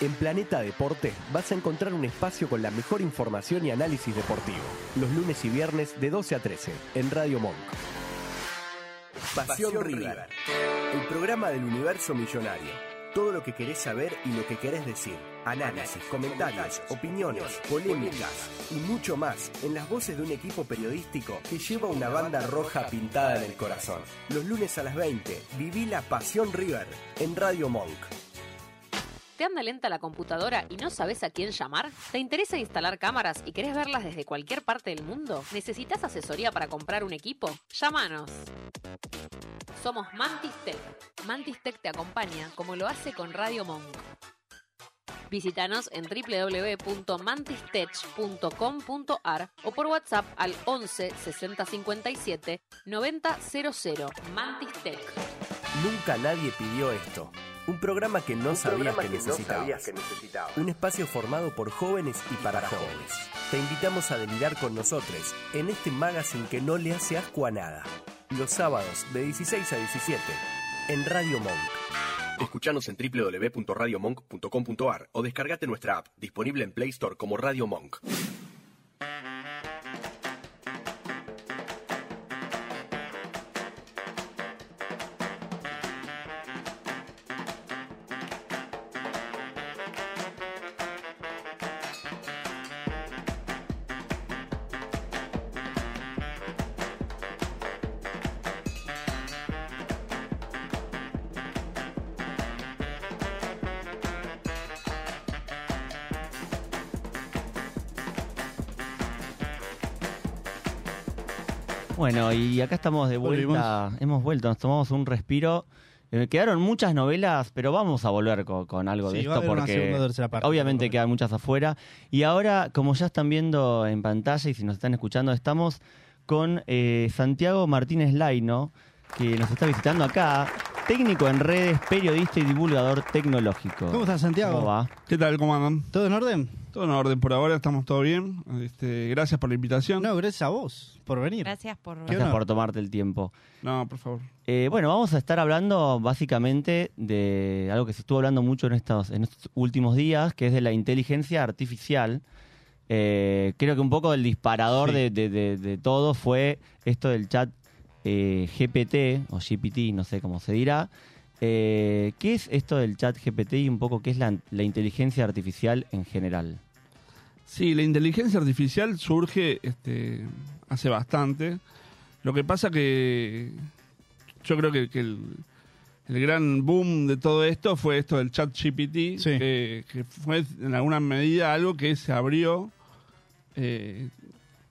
S8: En Planeta Deporte vas a encontrar un espacio con la mejor información y análisis deportivo. Los lunes y viernes de 12 a 13 en Radio Monk.
S9: Pasión River, el programa del universo millonario. Todo lo que querés saber y lo que querés decir. Análisis, comentarios, opiniones, polémicas y mucho más en las voces de un equipo periodístico que lleva una banda roja pintada en el corazón. Los lunes a las 20, viví la Pasión River en Radio Monk.
S2: ¿Te anda lenta la computadora y no sabes a quién llamar? ¿Te interesa instalar cámaras y querés verlas desde cualquier parte del mundo? ¿Necesitas asesoría para comprar un equipo? Llámanos. Somos Mantis Tech. Mantis Tech te acompaña como lo hace con Radio Monk. Visítanos en www.mantistech.com.ar o por WhatsApp al 11 60 57 90 00. Mantis Tech.
S8: Nunca nadie pidió esto. Un programa que no,
S9: Un
S8: sabías,
S9: programa
S8: que
S9: que no sabías
S8: necesitabas.
S9: que necesitabas.
S8: Un espacio formado por jóvenes y para, jóvenes. Te invitamos a delirar con nosotros en este magazine que no le hace asco a nada. Los sábados de 16 a 17 en Radio Monk.
S1: Escuchanos en www.radiomonk.com.ar o descargate nuestra app, disponible en Play Store como Radio Monk.
S6: Bueno, y acá estamos de vuelta. Hemos vuelto, nos tomamos un respiro. Eh, quedaron muchas novelas, pero vamos a volver co- con, algo
S7: Sí,
S6: de
S7: va a
S6: esto
S7: haber una
S6: porque
S7: segunda o tercera parte.
S6: obviamente quedan muchas afuera. Y ahora, como ya están viendo en pantalla y si nos están escuchando, estamos con eh, Santiago Martínez Laino, que nos está visitando acá, técnico en redes, periodista y divulgador tecnológico.
S7: ¿Cómo estás, Santiago?
S6: ¿Cómo va?
S10: ¿Qué tal? ¿Cómo andan?
S7: ¿Todo en orden?
S10: Todo en orden por ahora, estamos todo bien. Este, gracias por la invitación.
S7: No, gracias a vos por venir.
S5: Gracias por...
S7: ¿Qué
S6: Gracias
S7: honor.
S6: por tomarte el tiempo.
S10: No, por favor.
S6: Eh, bueno, vamos a estar hablando básicamente de algo que se estuvo hablando mucho en estos, en estos últimos días, que es de la inteligencia artificial. Eh, creo que un poco el disparador
S10: Sí.
S6: de, de- de- de todo fue esto del chat eh, GPT o GPT, no sé cómo se dirá. Eh, ¿Qué es esto del chat GPT y un poco qué es la, la inteligencia artificial en general?
S10: Sí, la inteligencia artificial surge este, hace bastante. Lo que pasa que yo creo que, que el, el gran boom de todo esto fue esto del chat GPT,
S7: Sí.
S10: que, que fue en alguna medida algo que se abrió eh,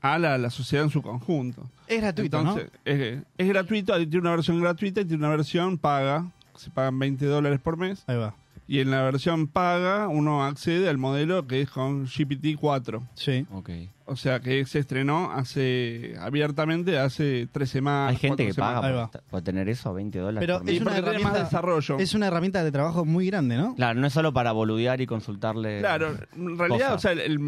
S10: a la- la sociedad en su conjunto.
S7: Es gratuito,
S10: Entonces, es, es gratuito, tiene una versión gratuita y tiene una versión paga. Se pagan 20 dólares por mes.
S7: ¿no? Ahí va.
S10: Y en la versión paga uno accede al modelo que es con GPT-4.
S7: Sí.
S6: Ok.
S10: O sea que se estrenó hace abiertamente hace tres semanas.
S6: Hay gente
S10: cuatro
S6: que
S10: semanas.
S7: Ahí
S6: paga
S7: va.
S6: por, por tener eso, 20 dólares.
S7: Pero
S6: por
S10: Y
S6: mes.
S7: es una
S10: porque tiene más
S7: herramienta-
S10: desarrollo.
S7: Es una herramienta de trabajo muy grande, ¿no?
S6: Claro, no es solo para boludear y consultarle.
S10: Claro, en realidad,
S6: Cosa.
S10: o sea, el, el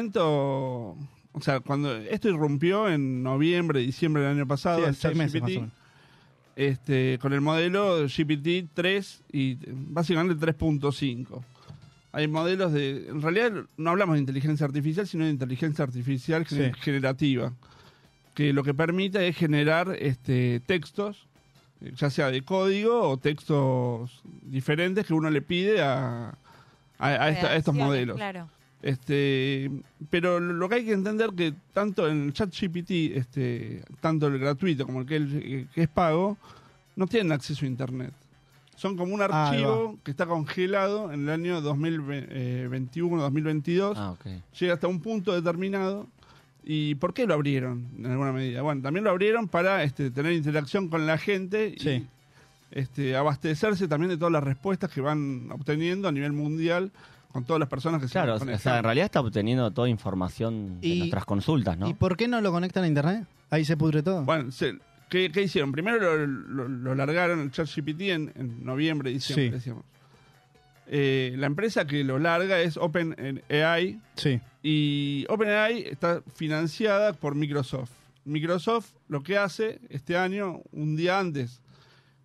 S10: momento. O sea, cuando esto irrumpió en noviembre, diciembre del año pasado,
S7: Sí,
S10: el
S7: en seis meses más o
S10: ChatGPT,
S7: menos.
S10: este, con el modelo GPT 3 y básicamente 3.5. Hay modelos de... En realidad no hablamos de inteligencia artificial, sino de inteligencia artificial gener-
S7: Sí.
S10: generativa, que lo que permite es generar este, textos, eh, ya sea de código o textos diferentes que uno le pide a, a- a esta- a estos
S5: Redacciones,
S10: modelos.
S5: Claro.
S10: Este, pero lo lo que hay que entender que tanto en el chat GPT, este, tanto el gratuito como el que, el que es pago, no tienen acceso a internet. Son como un
S7: Ah, ahí va.
S10: archivo que está congelado en el año 2021-2022.
S6: Ah, ok.
S10: Llega hasta un punto determinado. ¿Y por qué lo abrieron en alguna medida? Bueno, también lo abrieron para este, tener interacción con la gente y
S7: Sí.
S10: este, abastecerse también de todas las respuestas que van obteniendo a nivel mundial con todas las personas que
S6: Claro, o
S10: se
S6: sea,
S10: conectan.
S6: en realidad está obteniendo toda información de
S7: Y-
S6: nuestras consultas, ¿no?
S7: ¿Y por qué no lo conectan a internet? Ahí se pudre todo.
S10: Bueno, se- ¿qué, qué hicieron? Primero lo, lo- lo largaron el ChatGPT en, en noviembre, diciembre,
S7: Sí.
S10: decíamos. Eh, la empresa que lo larga es OpenAI
S7: sí.
S10: y OpenAI está financiada por Microsoft. Microsoft lo que hace este año, un día antes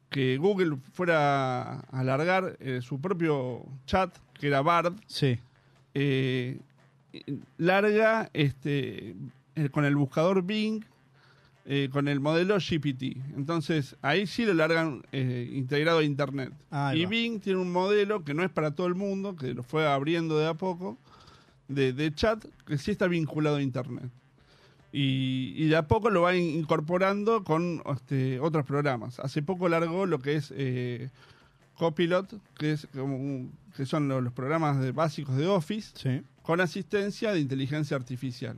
S10: que Google fuera a largar eh, su propio chat, que era Bard,
S7: Sí.
S10: eh, larga este, eh, con el buscador Bing, eh, con el modelo GPT. Entonces, ahí sí lo largan eh, integrado a Internet.
S7: Ahí
S10: y
S7: va.
S10: Bing tiene un modelo que no es para todo el mundo, que lo fue abriendo de a poco, de, de chat, que sí está vinculado a Internet. Y, y de a poco lo va in- incorporando con este, otros programas. Hace poco largó lo que es eh, Copilot, que, es como un- que son lo- los programas de- básicos de Office,
S7: Sí.
S10: con asistencia de inteligencia artificial.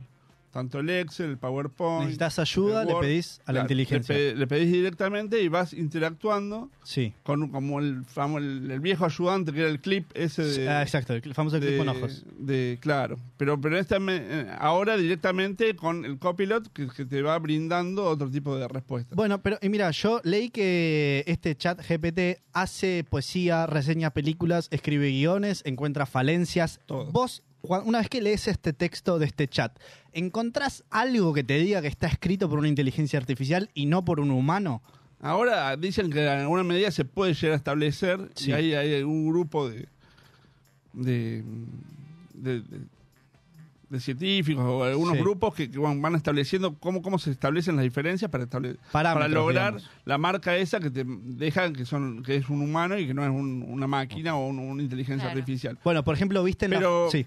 S10: Tanto el Excel, el PowerPoint.
S7: Necesitas ayuda,
S10: el
S7: le
S10: Word.
S7: pedís a la
S10: Claro,
S7: inteligencia.
S10: Le, pe- le pedís directamente y vas interactuando
S7: Sí.
S10: con un- como el, famo- el, el viejo ayudante que era el clip ese de.
S7: Ah, exacto, el famoso clip
S10: de-
S7: con ojos.
S10: de- claro, pero pero esta me- eh, ahora directamente con el copilot que, que te va brindando otro tipo de respuestas.
S7: Bueno, pero y mira, yo leí que este chat GPT hace poesía, reseña películas, escribe guiones, encuentra falencias.
S10: Todo.
S7: Vos, cua- una vez que lees este texto de este chat, ¿encontrás algo que te diga que está escrito por una inteligencia artificial y no por un humano?
S10: Ahora dicen que en alguna medida se puede llegar a establecer
S7: Sí.
S10: y hay, hay un grupo de de, de- de- de científicos o algunos
S7: Sí.
S10: grupos que, que van van estableciendo cómo, cómo se establecen las diferencias para estable- para
S6: Ah,
S7: Parámetros,
S10: lograr
S7: digamos.
S10: la marca esa que te dejan que son que es un humano y que no es un- una máquina o un- una inteligencia
S5: Claro.
S10: artificial.
S7: Bueno, por ejemplo, viste en la-
S10: Pero-
S7: Sí,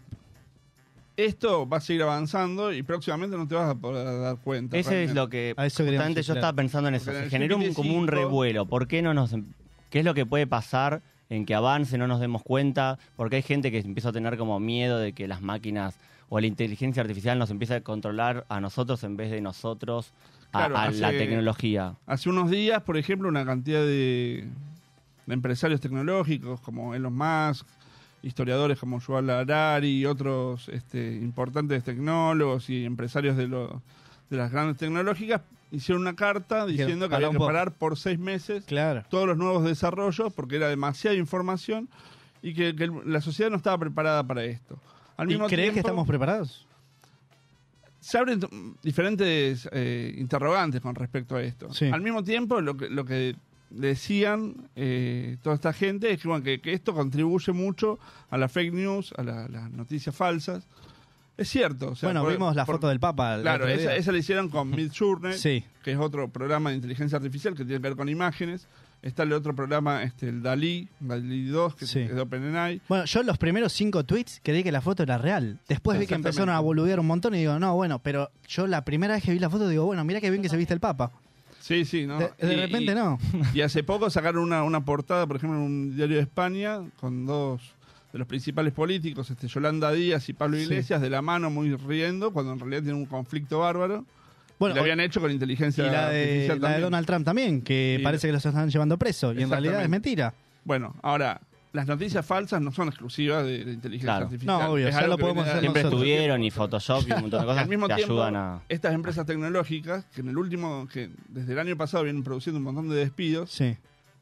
S10: Esto va a seguir avanzando y próximamente no te vas a poder dar cuenta.
S6: Ese es lo que
S7: A eso queríamos
S6: justamente yo
S7: llegar.
S6: estaba pensando en eso.
S10: Porque en
S6: Se
S10: el
S6: generó un, como un
S10: GPT-5
S6: revuelo. ¿Por qué no nos em, qué es lo que puede pasar en que avance, no nos demos cuenta? Porque hay gente que empieza a tener como miedo de que las máquinas o la inteligencia artificial nos empiece a controlar a nosotros en vez de nosotros a,
S10: Claro,
S6: a la
S10: hace-
S6: tecnología.
S10: Hace unos días, por ejemplo, una cantidad de, de empresarios tecnológicos como Elon Musk, historiadores como Yuval Harari y otros este, importantes tecnólogos y empresarios de, lo- de las grandes tecnológicas hicieron una carta
S7: Dijeron,
S10: diciendo que
S7: "Pará
S10: había
S7: un
S10: que
S7: poco".
S10: parar por seis meses
S7: claro.
S10: todos los nuevos desarrollos porque era demasiada información y que, que el- la sociedad no estaba preparada para esto. Al
S7: ¿Y
S10: mismo
S7: crees que
S10: tiempo-
S7: estamos preparados?
S10: se abren mm, diferentes eh, interrogantes con respecto a esto.
S7: Sí.
S10: Al mismo tiempo, lo que, lo que decían eh, toda esta gente es que, bueno, que, que esto contribuye mucho a las fake news, a la- las noticias falsas. Es cierto. o sea,
S7: bueno,
S10: por-
S7: vimos la
S10: por-
S7: foto del Papa. el
S10: Claro,
S7: otro
S10: esa,
S7: día.
S10: esa la hicieron con Midjourney,
S7: Sí.
S10: que es otro programa de inteligencia artificial que tiene que ver con imágenes. Está el otro programa, este, el Dalí, Dalí 2, que
S7: Sí.
S10: es de OpenAI.
S7: Bueno, yo los primeros cinco tweets creí que la foto era real. Después vi que
S10: Exactamente.
S7: empezaron a boludear un montón y digo, no, bueno, pero yo la primera vez que vi la foto digo, bueno, mira qué bien que se viste el Papa.
S10: Sí, sí, ¿no?
S7: De, de
S10: Y- y-
S7: repente no.
S10: Y hace poco sacaron una, una portada, por ejemplo, en un diario de España, con dos de los principales políticos, este, Yolanda Díaz y Pablo
S7: Sí.
S10: Iglesias, de la mano muy riendo, cuando en realidad tienen un conflicto bárbaro.
S7: Bueno,
S10: y lo habían hecho con
S7: y
S10: inteligencia
S7: la de,
S10: artificial
S7: la de
S10: también.
S7: Donald Trump también, que
S10: Y-
S7: parece que los están llevando preso. Y en realidad es
S10: Exactamente.
S7: mentira.
S10: Bueno, ahora, las noticias falsas no son exclusivas de la inteligencia
S6: Claro.
S10: artificial.
S7: No, obvio,
S10: Es
S7: ya
S10: algo
S7: lo
S10: que
S7: podemos
S10: viene de-
S7: hacer
S6: Siempre
S7: nosotros.
S6: estuvieron y Photoshop y un montón de
S10: Y
S6: cosas
S10: al mismo
S6: que
S10: tiempo,
S6: ayudan a...
S10: estas empresas tecnológicas, que en el último, que desde el año pasado vienen produciendo un montón de despidos,
S7: Sí.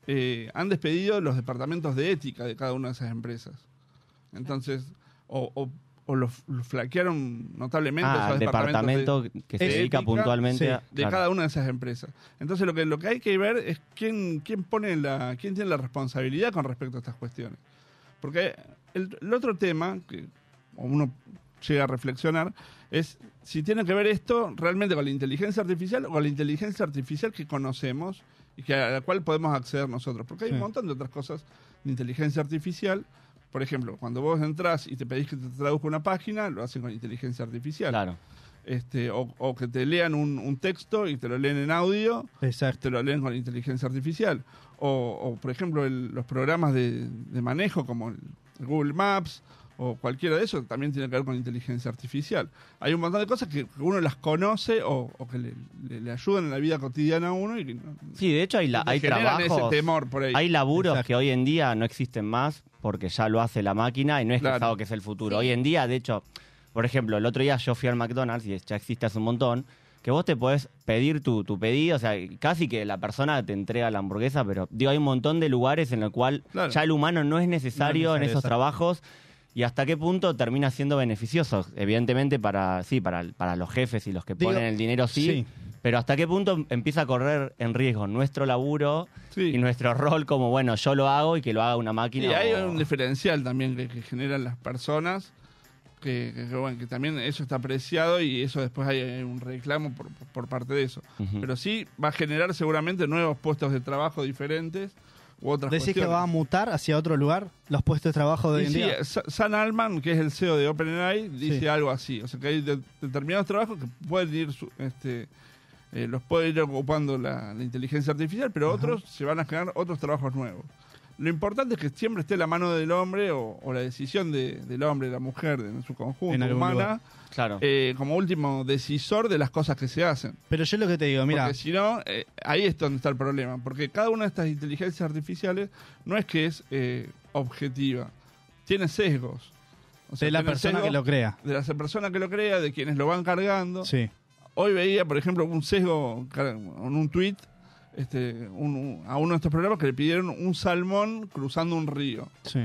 S10: eh, han despedido los departamentos de ética de cada una de esas empresas. Entonces, o, o, o los, los flaquearon notablemente
S6: Ah,
S10: esos
S6: el
S10: departamentos
S6: departamento que se
S10: de
S6: dedica
S10: ética,
S6: puntualmente
S7: sí,
S6: a...
S10: de, de
S6: claro.
S10: cada una de esas empresas. Entonces, lo que, lo que hay que ver es quién, quién, pone la, quién tiene la responsabilidad con respecto a estas cuestiones. Porque el, el otro tema que uno llega a reflexionar es si tiene que ver esto realmente con la inteligencia artificial o con la inteligencia artificial que conocemos y que a la cual podemos acceder nosotros. Porque hay un
S7: Sí.
S10: montón de otras cosas de inteligencia artificial. Por ejemplo, cuando vos entrás y te pedís que te traduzca una página, lo hacen con inteligencia artificial.
S6: Claro.
S10: Este, o, o que te lean un, un texto y te lo leen en audio,
S7: Exacto.
S10: te lo leen con inteligencia artificial. O, o, por ejemplo, el- los programas de, de manejo como el Google Maps o cualquiera de esos también tiene que ver con inteligencia artificial. Hay un montón de cosas que uno las conoce o, o que le, le- le ayudan en la vida cotidiana a uno y que no-
S6: Sí, de hecho hay, la,
S10: le
S6: hay
S10: generan
S6: trabajos...
S10: ese temor por ahí.
S6: Hay laburos
S7: Exacto.
S6: que hoy en día no existen más porque ya lo hace la máquina y no es que es
S10: Claro.
S6: algo que es el futuro.
S5: Sí.
S6: Hoy en día, de hecho, por ejemplo, el otro día yo fui al McDonald's y ya existe hace un montón, que vos te podés pedir tu, tu pedido, o sea, casi que la persona te entrega la hamburguesa, pero digo, hay un montón de lugares en los cual
S10: Claro.
S6: ya el humano no es necesario en
S7: necesario,
S6: esos
S7: exacto.
S6: trabajos. ¿Y hasta qué punto termina siendo beneficioso? Evidentemente para, sí, para, para los jefes y los que
S7: Digo,
S6: ponen el dinero
S7: sí.
S6: sí, pero hasta qué punto empieza a correr en riesgo nuestro laburo
S10: Sí.
S6: y nuestro rol como, bueno, yo lo hago y que lo haga una máquina.
S10: Y hay
S6: o-
S10: un diferencial también que, que generan las personas, que, que- que, bueno, que también eso está apreciado y eso después hay, hay un reclamo por, por parte de eso.
S6: Ujú.
S10: Pero sí va a generar seguramente nuevos puestos de trabajo diferentes u otras
S7: ¿Decís que
S10: cuestiones.
S7: va a mutar hacia otro lugar los puestos de trabajo de hoy
S10: Y
S7: en
S10: sí, eh,
S7: día?
S10: Sa- San Alman, que es el CEO de OpenAI, dice
S7: Sí.
S10: algo así. O sea, que hay de- determinados trabajos que pueden ir, su- este, eh, los puede ir ocupando la, la inteligencia artificial, pero otros se van a generar otros trabajos nuevos. Lo importante es que siempre esté la mano del hombre o, o la decisión de- del hombre, la mujer, en su
S7: En
S10: conjunto,
S7: algún lugar.
S10: humana,
S6: Claro.
S10: eh, como último decisor de las cosas que se hacen.
S7: Pero yo lo que te digo, mira,
S10: Porque si no, eh, ahí es donde está el problema. Porque cada una de estas inteligencias artificiales no es que es eh, objetiva. Tiene sesgos. O sea,
S7: de la
S10: tiene
S7: persona que
S10: sesgos
S7: lo crea.
S10: De la persona que lo crea, de quienes lo van cargando.
S7: Sí.
S10: Hoy veía, por ejemplo, un sesgo car- en un tuit este, un- un- a uno de estos programas que le pidieron un salmón cruzando un río.
S7: Sí.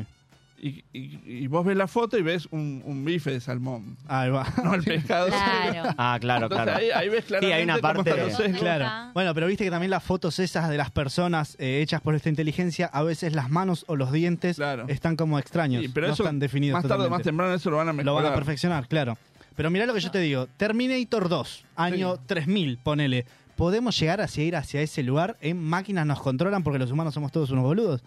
S10: Y, y- y vos ves la foto y ves un, un bife de salmón.
S7: Ahí va.
S10: No el pescado.
S5: Claro.
S6: Ah, claro,
S10: Entonces,
S6: claro.
S10: ahí, ahí ves
S6: hay
S10: claramente
S6: una
S10: cómo
S6: parte-
S10: están los sesgos.
S7: Claro. Bueno, pero viste que también las fotos esas de las personas eh, hechas por esta inteligencia, a veces las manos o los dientes
S10: Claro.
S7: están como extraños.
S10: Sí, pero
S7: no
S10: eso,
S7: están definidos.
S10: Más tarde o más
S7: totalmente.
S10: temprano eso lo van a
S7: Lo
S10: mejorar.
S7: van a perfeccionar, claro. Pero mirá lo que yo te digo. Terminator 2, año 3000, ponele. ¿Podemos llegar hacia ir hacia ese lugar? ¿En máquinas nos controlan porque los humanos somos todos unos boludos?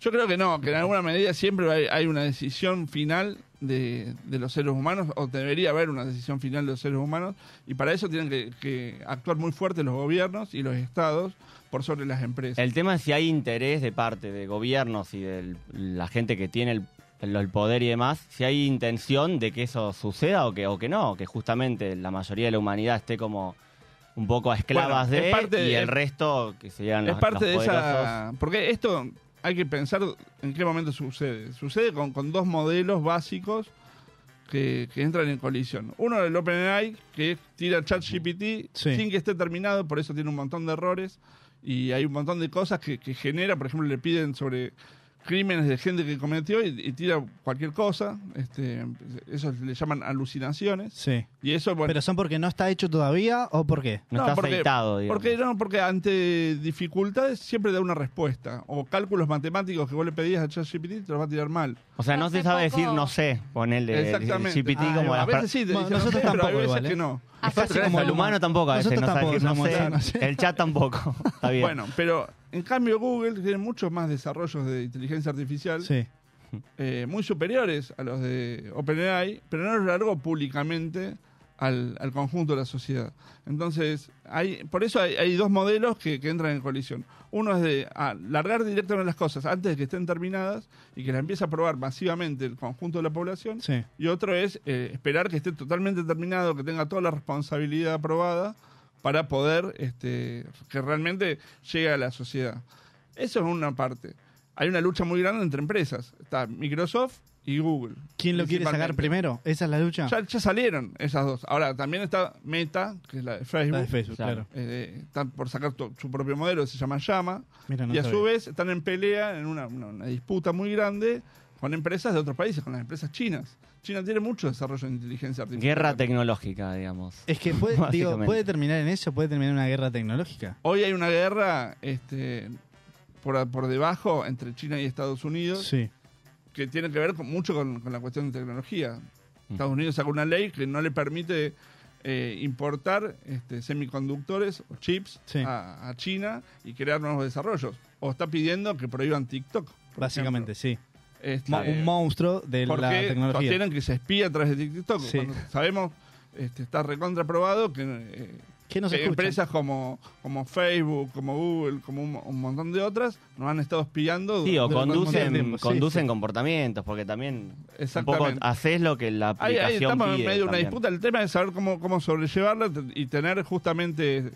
S10: Yo creo que no, que en alguna medida siempre hay, hay una decisión final de, de los seres humanos, o debería haber una decisión final de los seres humanos, y para eso tienen que, que actuar muy fuerte los gobiernos y los estados por sobre las empresas.
S6: El tema es si hay interés de parte de gobiernos y de la gente que tiene el, el- el poder y demás, si hay intención de que eso suceda o que, o que no, que justamente la mayoría de la humanidad esté como un poco a esclavas
S10: Bueno, es
S6: de
S10: parte de-
S6: y el resto que sean
S10: es
S6: los,
S10: parte
S6: los
S10: de
S6: poderosos.
S10: esa... Porque esto hay que pensar en qué momento sucede. Sucede con, con dos modelos básicos que, que entran en colisión. Uno el OpenAI, que tira ChatGPT
S7: Sí.
S10: sin que esté terminado, por eso tiene un montón de errores. Y hay un montón de cosas que, que genera, por ejemplo, le piden sobre crímenes de gente que cometió y, y tira cualquier cosa. Este, eso le llaman alucinaciones.
S7: Sí.
S10: Y eso, bueno,
S7: ¿Pero son porque no está hecho todavía o por qué?
S6: No, está
S10: porque-
S6: aceitado, digamos.
S10: Porque, no, porque ante dificultades siempre da una respuesta. O cálculos matemáticos que vos le pedías a ChatGPT te los va a tirar mal.
S6: O sea, no
S5: Hace
S6: se sabe
S5: poco-
S6: decir no sé, ponerle el, el
S10: Exactamente.
S6: GPT
S7: Ah,
S6: como
S7: ahí
S10: a
S6: las
S10: veces sí, te
S7: Bueno,
S10: dicen, no
S7: nosotros
S10: sé, pero hay
S7: tampoco
S10: veces
S7: igual, ¿eh?
S10: que no.
S7: Hasta
S6: Casi como el humano tampoco a veces
S7: Nosotros
S6: no sabe decir, no
S7: tampoco
S6: sé.
S7: sabemos, no sé.
S6: El chat tampoco. Está bien.
S10: Bueno, pero en cambio Google tiene muchos más desarrollos de inteligencia artificial
S7: Sí.
S10: eh, muy superiores a los de OpenAI, pero no los largó públicamente al, al conjunto de la sociedad. Entonces, hay, por eso hay, hay dos modelos que, que entran en colisión. Uno es de ah, largar directamente las cosas antes de que estén terminadas y que la empiece a probar masivamente el conjunto de la población.
S7: Sí.
S10: Y otro es eh, esperar que esté totalmente terminado, que tenga toda la responsabilidad aprobada para poder este, que realmente llegue a la sociedad. Eso es una parte. Hay una lucha muy grande entre empresas. Está Microsoft y Google.
S7: ¿Quién lo quiere
S10: principalmente.
S7: sacar primero? Esa es la lucha.
S10: Ya, ya salieron esas dos. Ahora, también está Meta, que es la de
S7: La de
S10: Facebook.
S7: Facebook,
S6: Claro.
S7: claro.
S10: Eh, están por sacar to- su propio modelo, se llama Llama.
S7: Mira, no
S10: y a
S7: sabía.
S10: su vez están en pelea, en una, una- una disputa muy grande con empresas de otros países, con las empresas chinas. China tiene mucho desarrollo de inteligencia artificial.
S6: Guerra tecnológica, digamos.
S10: Eh,
S7: Es que puede, digo,
S6: Básicamente.
S7: puede terminar en eso, puede terminar en una guerra tecnológica.
S10: Hoy hay una guerra este, por, a- por debajo entre China y Estados Unidos
S7: Sí.
S10: que tiene que ver con- mucho con, con la cuestión de tecnología.
S7: Mm.
S10: Estados Unidos sacó una ley que no le permite eh, importar este, semiconductores o chips
S7: Sí.
S10: a, a China y crear nuevos desarrollos. O está pidiendo que prohíban TikTok. por
S7: Básicamente,
S10: ejemplo.
S7: sí.
S10: Este,
S7: Mo- un monstruo de la
S10: porque
S7: tecnología.
S10: sostienen que se espía a través de TikTok.
S7: Sí.
S10: Cuando sabemos, este, está recontraprobado que, eh,
S7: ¿Qué nos
S10: que
S7: escuchan?
S10: empresas como, como Facebook, como Google, como un, un montón de otras, nos han estado espiando.
S6: Sí, o
S10: durante un montón de
S6: conducen,
S10: tiempo.
S7: sí,
S6: conducen
S7: sí.
S6: comportamientos, porque también un poco
S10: Exactamente.
S6: haces lo que la
S10: Ahí,
S6: aplicación
S10: ahí estamos en
S6: pide
S10: medio de una
S6: también.
S10: disputa. El tema es saber cómo, cómo sobrellevarla t- y tener justamente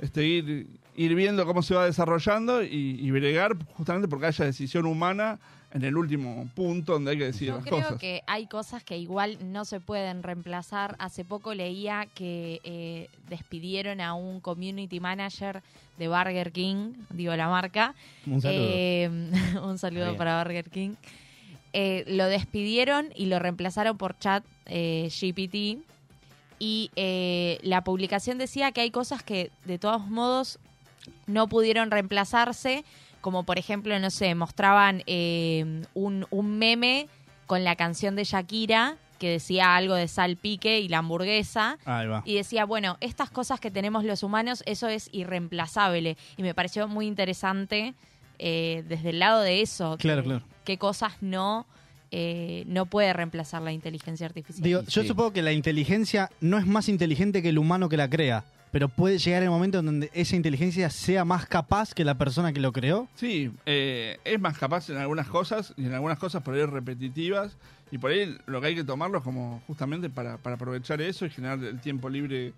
S10: este, ir, ir viendo cómo se va desarrollando y, y bregar justamente porque haya decisión humana en el último punto donde hay que decidir
S11: Yo
S10: las
S11: creo
S10: cosas.
S11: que hay cosas que igual no se pueden reemplazar. Hace poco leía que eh, despidieron a un community manager de Burger King, digo la marca.
S7: Un saludo.
S11: Eh, un saludo
S6: Está bien.
S11: para Burger King. Eh, lo despidieron y lo reemplazaron por chat eh, GPT. Y eh, la publicación decía que hay cosas que de todos modos no pudieron reemplazarse, como por ejemplo, no sé, mostraban eh, un, un meme con la canción de Shakira que decía algo de salpique y la hamburguesa.
S7: Ahí va.
S11: Y decía, bueno, estas cosas que tenemos los humanos, eso es irreemplazable. Y me pareció muy interesante eh, desde el lado de eso.
S7: Claro,
S11: que-
S7: claro.
S11: Qué cosas no, eh, no puede reemplazar la inteligencia artificial.
S7: Digo,
S6: Sí,
S7: yo
S6: sí.
S7: supongo que la inteligencia no es más inteligente que el humano que la crea. pero puede llegar el momento en donde esa inteligencia sea más capaz que la persona que lo creó.
S10: Sí, eh, es más capaz en algunas cosas y en algunas cosas por ahí repetitivas. Y por ahí lo que hay que tomarlo es como justamente para, para aprovechar eso y generar el tiempo libre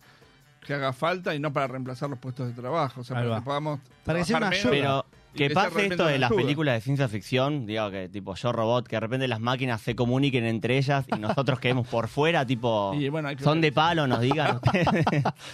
S10: que haga falta y no para reemplazar los puestos de trabajo. O sea,
S7: Ahí
S10: para
S7: va.
S10: que podamos.
S7: Para que sea
S10: trabajar
S7: una ayuda.
S10: menos
S6: Pero
S10: y sea
S6: que pase
S10: realmente
S6: esto de
S10: una
S6: las
S10: ayuda.
S6: películas de ciencia ficción, digo que tipo yo robot, que de repente las máquinas se comuniquen entre ellas y nosotros quedemos por fuera, tipo
S10: Y, bueno, hay que
S6: son
S10: ver.
S6: de palo, nos digan ustedes.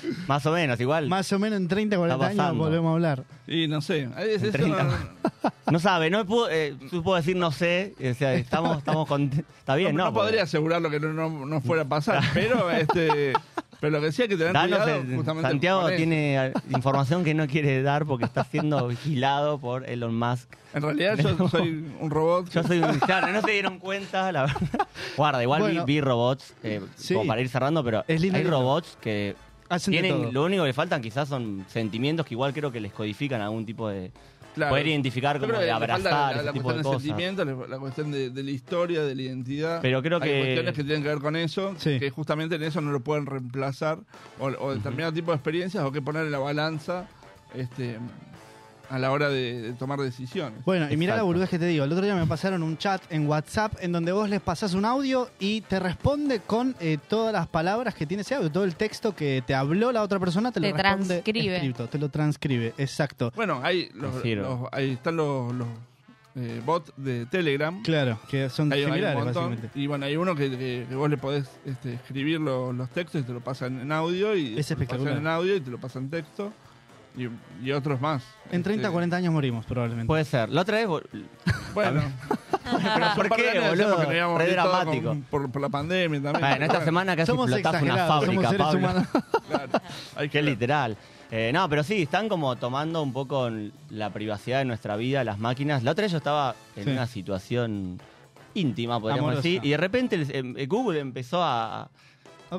S6: Más o menos, igual.
S7: Más o menos en 30, 40
S6: Está
S7: años
S6: pasando.
S7: volvemos a hablar.
S10: Y no sé. es- eso
S6: 30.
S10: no-
S6: No sabe, no puedo, eh, supo decir no sé, o sea, estamos, estamos con- está bien,
S10: no,
S6: ¿no?
S10: no podría eh, asegurar lo que no, no- no fuera a pasar, pero este pero lo que decía que tener
S6: Danos
S10: cuidado
S6: el-
S10: justamente
S6: Santiago
S10: con eso.
S6: tiene eh, información que no quiere dar porque está siendo vigilado por Elon Musk.
S10: En realidad yo soy un robot.
S6: Yo soy un claro, no se dieron cuenta, la verdad. Guarda, igual vi-
S7: Bueno.
S6: vi, robots, eh,
S7: Sí.
S6: como para ir cerrando, pero
S7: Es lindo,
S6: hay
S7: lindo.
S6: robots que
S7: Hacen de todo.
S6: tienen, lo único que le faltan quizás son sentimientos que igual creo que les codifican algún tipo de...
S10: Claro.
S6: Poder
S10: Yo
S6: identificar como
S10: creo
S6: de
S10: que le falta
S6: abrazar,
S10: la,
S6: ese
S10: la
S6: tipo
S10: cuestión
S6: de
S10: del
S6: cosas.
S10: sentimiento, la, la cuestión de, de la historia, de la identidad.
S6: Pero creo
S10: Hay
S6: que-
S10: cuestiones que tienen que ver con eso,
S7: Sí.
S10: que justamente en eso no lo pueden reemplazar, o, o determinado tipo de experiencias, o que poner en la balanza este, a la hora de, de tomar decisiones.
S7: Bueno, y mirá la
S6: Exacto.
S7: boludez que te digo. El otro día me pasaron un chat en WhatsApp en donde vos les pasás un audio y te responde con eh, todas las palabras que tiene ese audio, todo el texto que te habló la otra persona, te, lo
S11: Te
S7: responde
S11: transcribe.
S7: escrito, te lo transcribe, exacto.
S10: Bueno, hay los,
S6: Me sirve.
S10: los- ahí están los, los, eh, bots de Telegram.
S7: Claro, que son
S10: Hay, hay un
S7: similares
S10: montón.
S7: básicamente.
S10: y bueno, hay uno que, que- que vos le podés este, escribir lo- los textos y te lo pasan en audio. Y
S7: Es
S10: te lo
S7: espectacular.
S10: Pasan en audio y te lo pasan en texto. Y, y otros más.
S7: En 30,
S10: Este,
S7: 40 años morimos probablemente.
S6: Puede ser. La otra vez... vol-
S10: Bueno. Pero hace
S6: ¿Por
S10: un par de
S6: qué,
S10: años
S6: boludo?
S10: decíamos que nos íbamos a
S6: Re
S10: morir todos
S6: dramático.
S10: con- por, por la pandemia también.
S6: Bueno, esta
S10: Claro,
S6: semana casi
S7: somos
S6: explotaste una
S7: exagerados, somos
S6: fábrica,
S7: seres
S6: Pablo.
S7: humanos.
S10: claro. Hay
S6: Qué
S10: que ver.
S6: literal. Eh, no, pero sí, están como tomando un poco l- la privacidad de nuestra vida, las máquinas. La otra vez yo estaba en
S7: Sí.
S6: una situación íntima, podríamos
S7: Amorosa.
S6: decir, y de repente el- em, Google empezó a...
S7: Ok.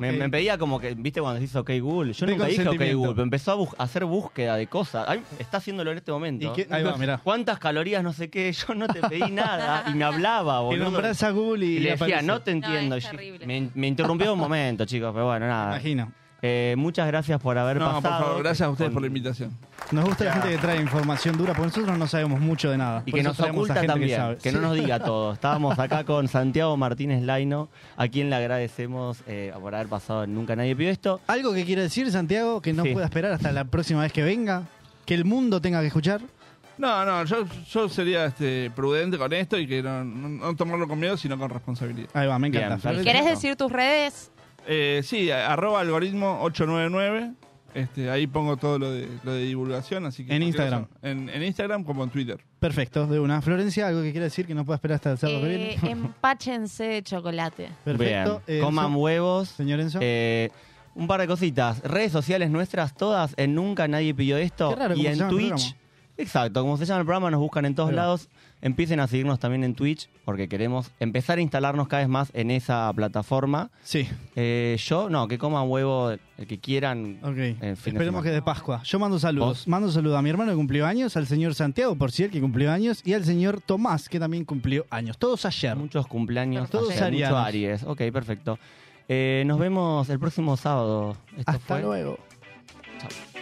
S6: Me, me pedía como que, viste, cuando se hizo OK Google, yo
S7: De
S6: nunca dije OK
S7: consentimiento.
S6: Google, pero empezó a, bus- a hacer búsqueda de cosas. Ay, está haciéndolo en este momento.
S7: ¿Y qué? Ahí va, mirá.
S6: ¿Cuántas calorías, no sé qué? Yo no te pedí nada y me hablaba,
S7: Que
S6: boludo.
S7: nombrás a Google y,
S6: Y le decía,
S7: aparece.
S6: no te
S11: No, es
S6: entiendo. Y yo-
S11: terrible.
S6: me, me interrumpió un momento, chicos, pero bueno, nada.
S7: Imagino.
S6: Eh, muchas gracias por haber
S10: No,
S6: pasado.
S10: por favor, gracias a ustedes por la
S6: Con-
S10: invitación.
S7: Nos gusta la gente que trae información dura, porque nosotros no sabemos mucho de nada.
S6: Y
S7: Por
S6: que
S7: eso
S6: nos
S7: traemos a
S6: oculta
S7: gente
S6: también, que,
S7: sabe.
S6: no
S7: Sí.
S6: nos diga todo. Estábamos acá con Santiago Martínez Laino, a quien le agradecemos eh, por haber pasado en Nunca Nadie Pidió Esto.
S7: Algo que quiero decir, Santiago, que no
S6: Sí.
S7: pueda esperar hasta la próxima vez que venga, que el mundo tenga que escuchar.
S10: No, no, yo, yo sería este, prudente con esto y que no, no- no tomarlo con miedo, sino con responsabilidad.
S7: Ahí va, me encanta.
S6: Bien, perfecto.
S11: ¿Querés decir tus redes?
S10: Eh, sí, a- arroba algoritmo 899. Este, ahí pongo todo lo de, lo de divulgación. Así que
S7: En
S10: cualquier
S7: Instagram.
S10: cosa- En, en Instagram como en Twitter.
S7: Perfecto, de una. Florencia, algo que quiera decir que no pueda esperar hasta el sábado que
S11: Eh,
S7: viene.
S11: empáchense de chocolate.
S7: Perfecto.
S6: Bien.
S7: Eh,
S6: Coman
S7: Enzo,
S6: huevos.
S7: Señor Enzo.
S6: Eh, un par de cositas. Redes sociales nuestras, todas en Nunca Nadie Pidió Esto.
S7: Qué raro
S6: y
S7: cómo se
S6: en
S7: llama el
S6: Twitch.
S7: programa.
S6: Exacto, como se llama el programa, nos buscan en todos
S7: Ahí va.
S6: lados. Empiecen a seguirnos también en Twitch, porque queremos empezar a instalarnos cada vez más en esa plataforma.
S7: sí,
S6: Eh, yo, no, que coman huevo el que quieran.
S7: ok.
S6: de
S7: Esperemos
S6: semana.
S7: que de Pascua. Yo mando saludos.
S6: ¿Vos?
S7: Mando saludos a mi hermano que cumplió años, al señor Santiago, por cierto, que cumplió años, y al señor Tomás, que también cumplió años. Todos ayer.
S6: Muchos cumpleaños.
S7: Todos
S6: ayer, mucho
S7: arianos.
S6: Aries. Ok, perfecto. Eh, nos vemos el próximo sábado. Esto
S7: Hasta
S6: fue-
S7: luego.
S6: Chao.